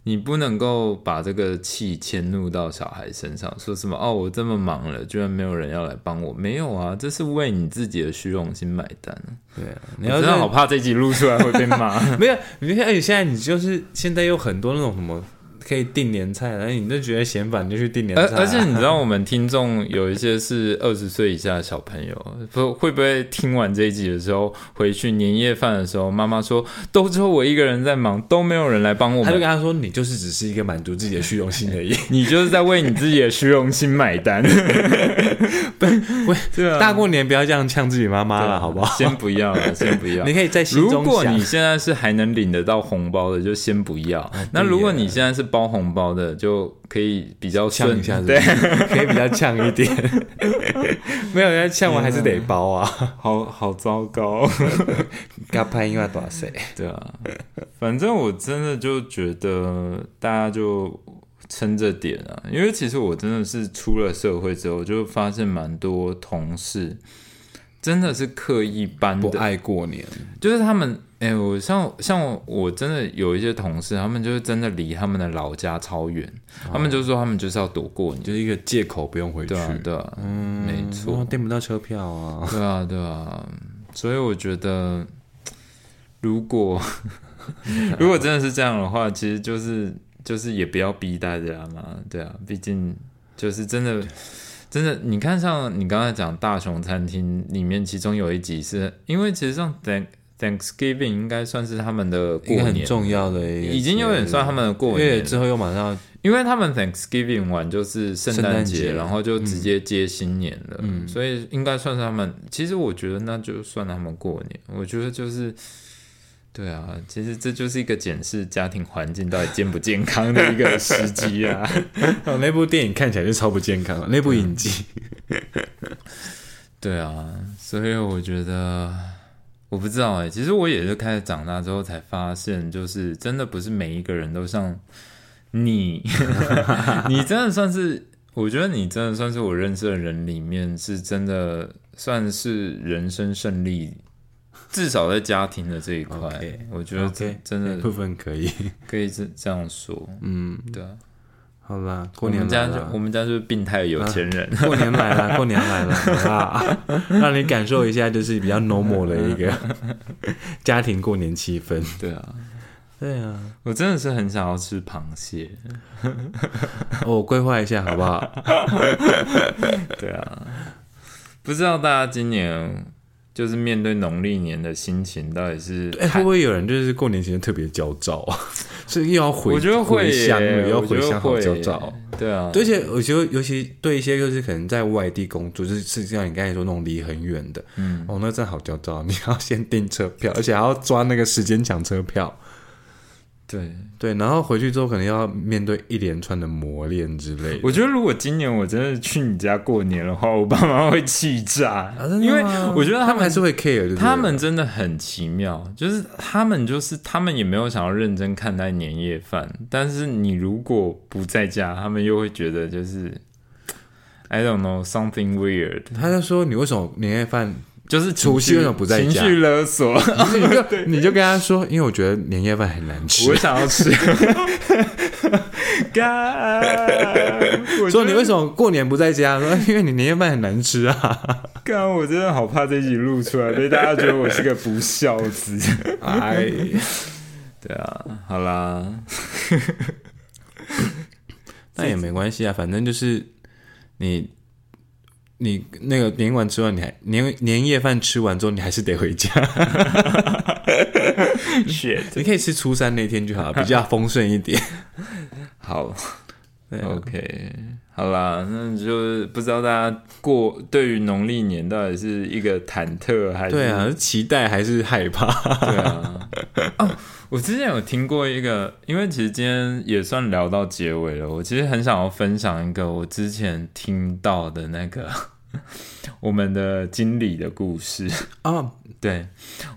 Speaker 1: 你不能够把这个气迁怒到小孩身上，说什么哦，我这么忙了，居然没有人要来帮我？没有啊，这是为你自己的虚荣心买单啊。
Speaker 2: 对啊，
Speaker 1: 你
Speaker 2: 你要
Speaker 1: 真
Speaker 2: 是
Speaker 1: 的好怕这集录出来会被骂。
Speaker 2: 没有，你看，而且哎现在你就是现在有很多那种什么可以订年菜，然后你就觉得嫌烦，你就去订年菜、
Speaker 1: 而
Speaker 2: 啊。
Speaker 1: 而且你知道，我们听众有一些是二十岁以下的小朋友，不会不会听完这一集的时候，回去年夜饭的时候，妈妈说都只有我一个人在忙，都没有人来帮我
Speaker 2: 他就跟
Speaker 1: 们，嗯
Speaker 2: 他说，你就是只是一个满足自己的虚荣心 而已。
Speaker 1: 你就是在为你自己的虚荣心买单。
Speaker 2: 喂
Speaker 1: 对啊，
Speaker 2: 大过年不要这样呛自己妈妈了，好不好？
Speaker 1: 先不要 了，先不要
Speaker 2: 你。可以在心
Speaker 1: 啊如
Speaker 2: 中
Speaker 1: 果
Speaker 2: 想
Speaker 1: 你，现在是还能领得到红包的，就先不要。那如果你现在是包红包的就可以比较
Speaker 2: 呛
Speaker 1: 顺
Speaker 2: 一下是不
Speaker 1: 对，
Speaker 2: 是， 可以比较呛一点。 没有人家呛我还是得包啊，
Speaker 1: 好好糟糕。
Speaker 2: 要拍因为多谁？
Speaker 1: 对啊，反正我真的就觉得大家就撑着点啊，因为其实我真的是出了社会之后，就发现蛮多同事真的是刻意搬
Speaker 2: 不
Speaker 1: 的，
Speaker 2: 爱过年，
Speaker 1: 就是他们，哎、我像像我我真的有一些同事，他们就是真的离他们的老家超远，他们就说他们就是要躲过年，
Speaker 2: 哦就是一个借口不用回去
Speaker 1: 对。啊，对啊，
Speaker 2: 嗯
Speaker 1: 没错
Speaker 2: 哦订不到车票啊。
Speaker 1: 对啊，对啊，所以我觉得，如果如果真的是这样的话，其实就是就是也不要逼大家嘛，对啊，毕竟就是真的真的，你看像你刚才讲大熊餐厅里面，其中有一集是因为其实像 Thank Thanksgiving 应该算是他们的
Speaker 2: 一
Speaker 1: 过
Speaker 2: 个很
Speaker 1: 年。
Speaker 2: 重要的一个
Speaker 1: 已经有点算他们的过
Speaker 2: 因为
Speaker 1: 年了，
Speaker 2: 之后又马上
Speaker 1: 因为他们 Thanksgiving 完就是圣诞
Speaker 2: 圣诞节
Speaker 1: 节，嗯然后就直接接新年了，所以应该算是他们。其实我觉得那就算他们过年，我觉得就是。对啊，其实这就是一个检视家庭环境到底健不健康的一个时机啊。
Speaker 2: 哦那部电影看起来就超不健康了，那
Speaker 1: 嗯
Speaker 2: 部影集。
Speaker 1: 对啊，所以我觉得我不知道哎、其实我也是开始长大之后才发现，就是真的不是每一个人都像你， 你真的算是，我觉得你真的算是我认识的人里面是真的算是人生胜利，至少在家庭的这一块
Speaker 2: OK，
Speaker 1: 我觉得真
Speaker 2: OK，哎
Speaker 1: 真
Speaker 2: 那
Speaker 1: 的
Speaker 2: 部分可以。
Speaker 1: 可以这这样说，
Speaker 2: 嗯，
Speaker 1: 对啊，
Speaker 2: 好啦，过
Speaker 1: 我
Speaker 2: 年
Speaker 1: 们家
Speaker 2: 来
Speaker 1: 就我
Speaker 2: 了，
Speaker 1: 们家就是病态有钱人，
Speaker 2: 过年来了，过年来了，好啦， 让你感受一下就是比较 normal 的一个家庭过年气氛。
Speaker 1: 对啊，
Speaker 2: 对啊，
Speaker 1: 我真的是很想要吃螃蟹，
Speaker 2: 我规划一下好 不好？
Speaker 1: 对啊，不知道大家今年就是面对农历年的心情到底是
Speaker 2: 哎、
Speaker 1: 看
Speaker 2: 会不会有人就是过年前特别焦躁啊？ 所以又要回，
Speaker 1: 我觉得会
Speaker 2: 回
Speaker 1: 耶
Speaker 2: 乡了，又要
Speaker 1: 我觉
Speaker 2: 回
Speaker 1: 得
Speaker 2: 乡，好
Speaker 1: 会
Speaker 2: 焦
Speaker 1: 耶
Speaker 2: 躁哦。
Speaker 1: 对啊，
Speaker 2: 对而且我觉得，尤其对一些就是可能在外地工作，就是是像你刚才说那种离很远的，
Speaker 1: 嗯，
Speaker 2: 哦，那真的好焦躁。 你要先订车票，而且还要抓那个时间抢车票，
Speaker 1: 对，
Speaker 2: 对，然后回去之后可能要面对一连串的磨练之类的。
Speaker 1: 我觉得如果今年我真的去你家过年的话，我爸妈会气炸，
Speaker 2: 啊真的吗
Speaker 1: 因为我觉得
Speaker 2: 他
Speaker 1: 他
Speaker 2: 们还
Speaker 1: 们
Speaker 2: 是会 care，就是
Speaker 1: 他们真的很奇妙，就是他们就是他们也没有想要认真看待年夜饭，但是你如果不在家，他们又会觉得就是 I don't know something weird，
Speaker 2: 他就说你为什么年夜 饭？
Speaker 1: 就是
Speaker 2: 除夕
Speaker 1: 情绪
Speaker 2: 为什么不在
Speaker 1: 情
Speaker 2: 家
Speaker 1: 绪勒索。
Speaker 2: 不 是你就你就跟他说，因为我觉得年夜饭很难吃
Speaker 1: 我。想要吃。 干，我
Speaker 2: 说
Speaker 1: 真的
Speaker 2: 你为什么过年不在家？说因为你年夜饭很难吃啊！
Speaker 1: 干，我真的好怕这一集录出来被大家觉得我是个不孝子。
Speaker 2: 哎，
Speaker 1: 对啊，好啦，
Speaker 2: 那也没关系啊，反正就是你你那个年晚吃完，你还年年夜饭吃完之后，你还是得回家。
Speaker 1: 雪
Speaker 2: 你可以吃初三那天就好了，比较丰盛一点。
Speaker 1: 好
Speaker 2: 对啊
Speaker 1: ，OK，好啦，那就是不知道大家过对于农历年到底是一个忐忑还是
Speaker 2: 对啊，是期待还是害怕？
Speaker 1: 对啊，哦，我之前有听过一个，因为其实今天也算聊到结尾了，我其实很想要分享一个我之前听到的那个 我们的经理的故事。
Speaker 2: 啊，
Speaker 1: 对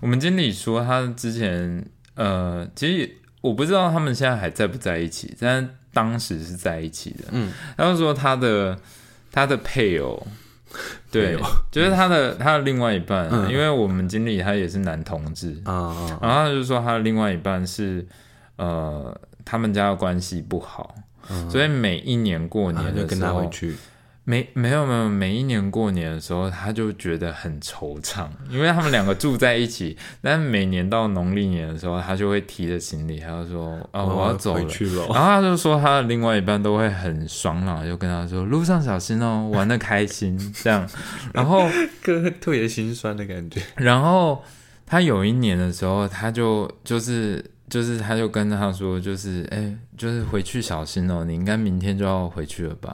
Speaker 1: 我们经理说，他之前呃，其实也我不知道他们现在还在不在一起，但当时是在一起的。
Speaker 2: 嗯，
Speaker 1: 他就说他的他的配偶，
Speaker 2: 配
Speaker 1: 对
Speaker 2: 偶，
Speaker 1: 就是他的他的另外一半，
Speaker 2: 嗯
Speaker 1: 因为我们经理他也是男同志，
Speaker 2: 啊啊
Speaker 1: 然后他就说他的另外一半是呃他们家的关系不好，所以每一年过
Speaker 2: 嗯啊
Speaker 1: 年
Speaker 2: 就
Speaker 1: 的
Speaker 2: 跟
Speaker 1: 时
Speaker 2: 他
Speaker 1: 候，
Speaker 2: 回去。
Speaker 1: 没没有没有每一年过年的时候他就觉得很惆怅，因为他们两个住在一起， 但每年到农历年的时候，他就会提着行李，他就说啊、我要走了
Speaker 2: 哦回。去了。
Speaker 1: 然 后他就说，他的另外一半都会很爽朗，就跟他说路上小心哦，玩的开心这样。然后
Speaker 2: 个特别心酸的感觉。
Speaker 1: 然后他有一年的时候，他就就是就是他就跟他说，就是哎、就是回去小心哦，你应该明天就要回去了吧？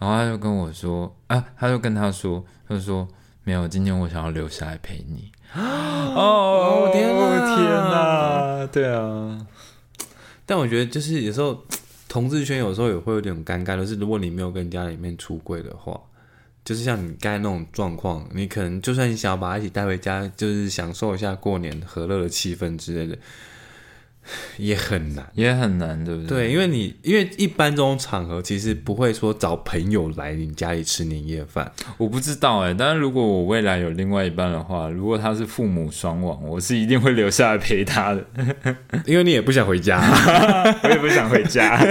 Speaker 1: 然后他就跟我说啊，他就跟他说，他就说没有，今天我想要留下来陪你。哦
Speaker 2: 天哪
Speaker 1: 天哪，对啊，
Speaker 2: 但我觉得就是有时候同志圈有时候也会有点尴尬，就是如果你没有跟家里面出柜的话，就是像你刚才那种状况，你可能就算你想要把他一起带回家，就是享受一下过年和乐的气氛之类的，也很难。
Speaker 1: 也很难，对不对？
Speaker 2: 对，因为你因为一般这种场合其实不会说找朋友来你家里吃年夜饭，
Speaker 1: 我不知道哎、但是如果我未来有另外一半的话，如果他是父母双亡，我是一定会留下来陪他的。
Speaker 2: 因为你也不想回家，
Speaker 1: 我也不想回家。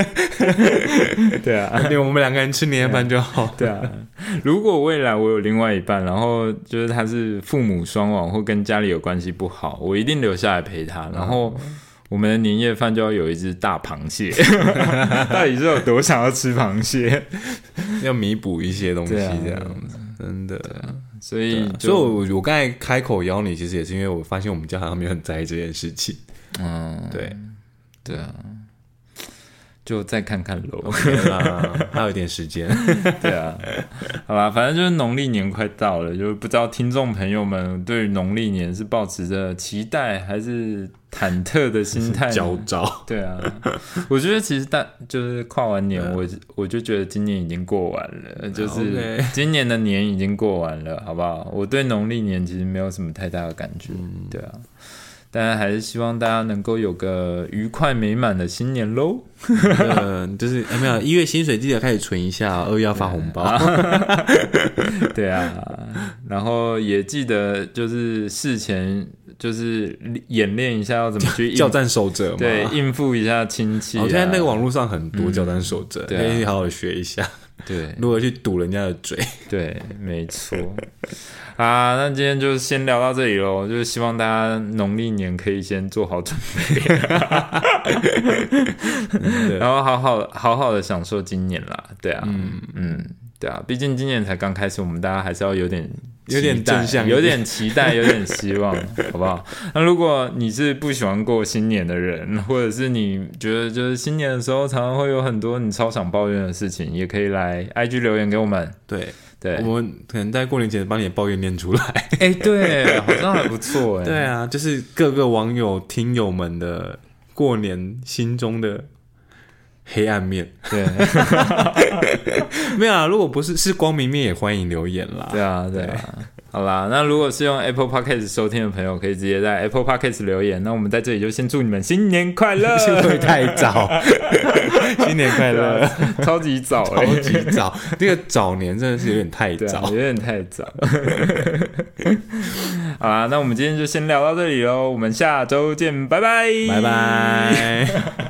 Speaker 1: 对啊，
Speaker 2: 因为我们两个人吃年夜饭就好。
Speaker 1: 对啊。如果未来我有另外一半，然后就是他是父母双亡或跟家里有关系不好，我一定留下来陪他。然后我们的年夜饭就要有一只大螃蟹， 到底是有多想要吃螃蟹？
Speaker 2: 要弥补一些东西，
Speaker 1: 对啊
Speaker 2: 这样子，真的。啊
Speaker 1: 所以
Speaker 2: 所以
Speaker 1: 就
Speaker 2: 我，我刚才开口邀你，其实也是因为我发现我们家好像没有很在意这件事情。
Speaker 1: 嗯，
Speaker 2: 对，
Speaker 1: 对啊，就再看看喽。
Speaker 2: 那啊还有一点时 间，
Speaker 1: 对啊，好吧，反正就是农历年快到了，就是不知道听众朋友们对于农历年是抱持着期待还是忐忑的心态呢？
Speaker 2: 焦 躁。
Speaker 1: 对啊，我觉得其实大就是跨完年，
Speaker 2: 嗯
Speaker 1: 我我就觉得今年已经过完了，就是
Speaker 2: OK
Speaker 1: 今年的年已经过完了，好不好？我对农历年其实没有什么太大的感觉，
Speaker 2: 嗯
Speaker 1: 对啊，但还是希望大家能够有个愉快美满的新年喽。
Speaker 2: 呃，就是、哎没有一月薪水记得开始存一下，哦二月要发红包。
Speaker 1: 啊对啊，然后也记得就是事前就是演练一下要怎么去应
Speaker 2: 叫战守者嘛，
Speaker 1: 对
Speaker 2: 哦
Speaker 1: 应付一下亲戚、啊。
Speaker 2: 现在那个网络上很多叫战守者，
Speaker 1: 对啊
Speaker 2: 可以好好学一下，
Speaker 1: 对
Speaker 2: 如何去堵人家的嘴。
Speaker 1: 对，没错。啊，那今天就先聊到这里喽，就是希望大家农历年可以先做好准
Speaker 2: 嗯
Speaker 1: 备， 然后好好好好的享受今年啦。对啊，嗯嗯，对啊，毕竟今年才刚开始，我们大家还是要有点
Speaker 2: 有点
Speaker 1: 期待
Speaker 2: 正向一点
Speaker 1: 有点期待，有点希望， 好不好？那如果你是不喜欢过新年的人，或者是你觉得就是新年的时候常常会有很多你超想抱怨的事情，也可以来 IG 留言给我们。
Speaker 2: 对，
Speaker 1: 对，
Speaker 2: 我们可能在过年前把你的抱怨念出来。
Speaker 1: 哎、对，好像还不错哎、
Speaker 2: 对啊，就是各个网友、听友们的过年心中的黑暗面。
Speaker 1: 对
Speaker 2: 没有啊，如果不是是光明面，也欢迎留言 啦。
Speaker 1: 对啊对啊，好啦，那如果是用 Apple Podcast 收听的朋友，可以直接在 Apple Podcast 留言。那我们在这里就先祝你们新年快乐，
Speaker 2: 是不是太 早？新年快
Speaker 1: 对
Speaker 2: 乐！
Speaker 1: 啊，超级早哎、
Speaker 2: 超级早，那个早年真的是有点太
Speaker 1: 对啊，
Speaker 2: 早
Speaker 1: 有。点太早。 好啦，那我们今天就先聊到这里喽，我们下周见，拜拜，
Speaker 2: 啊 拜。拜。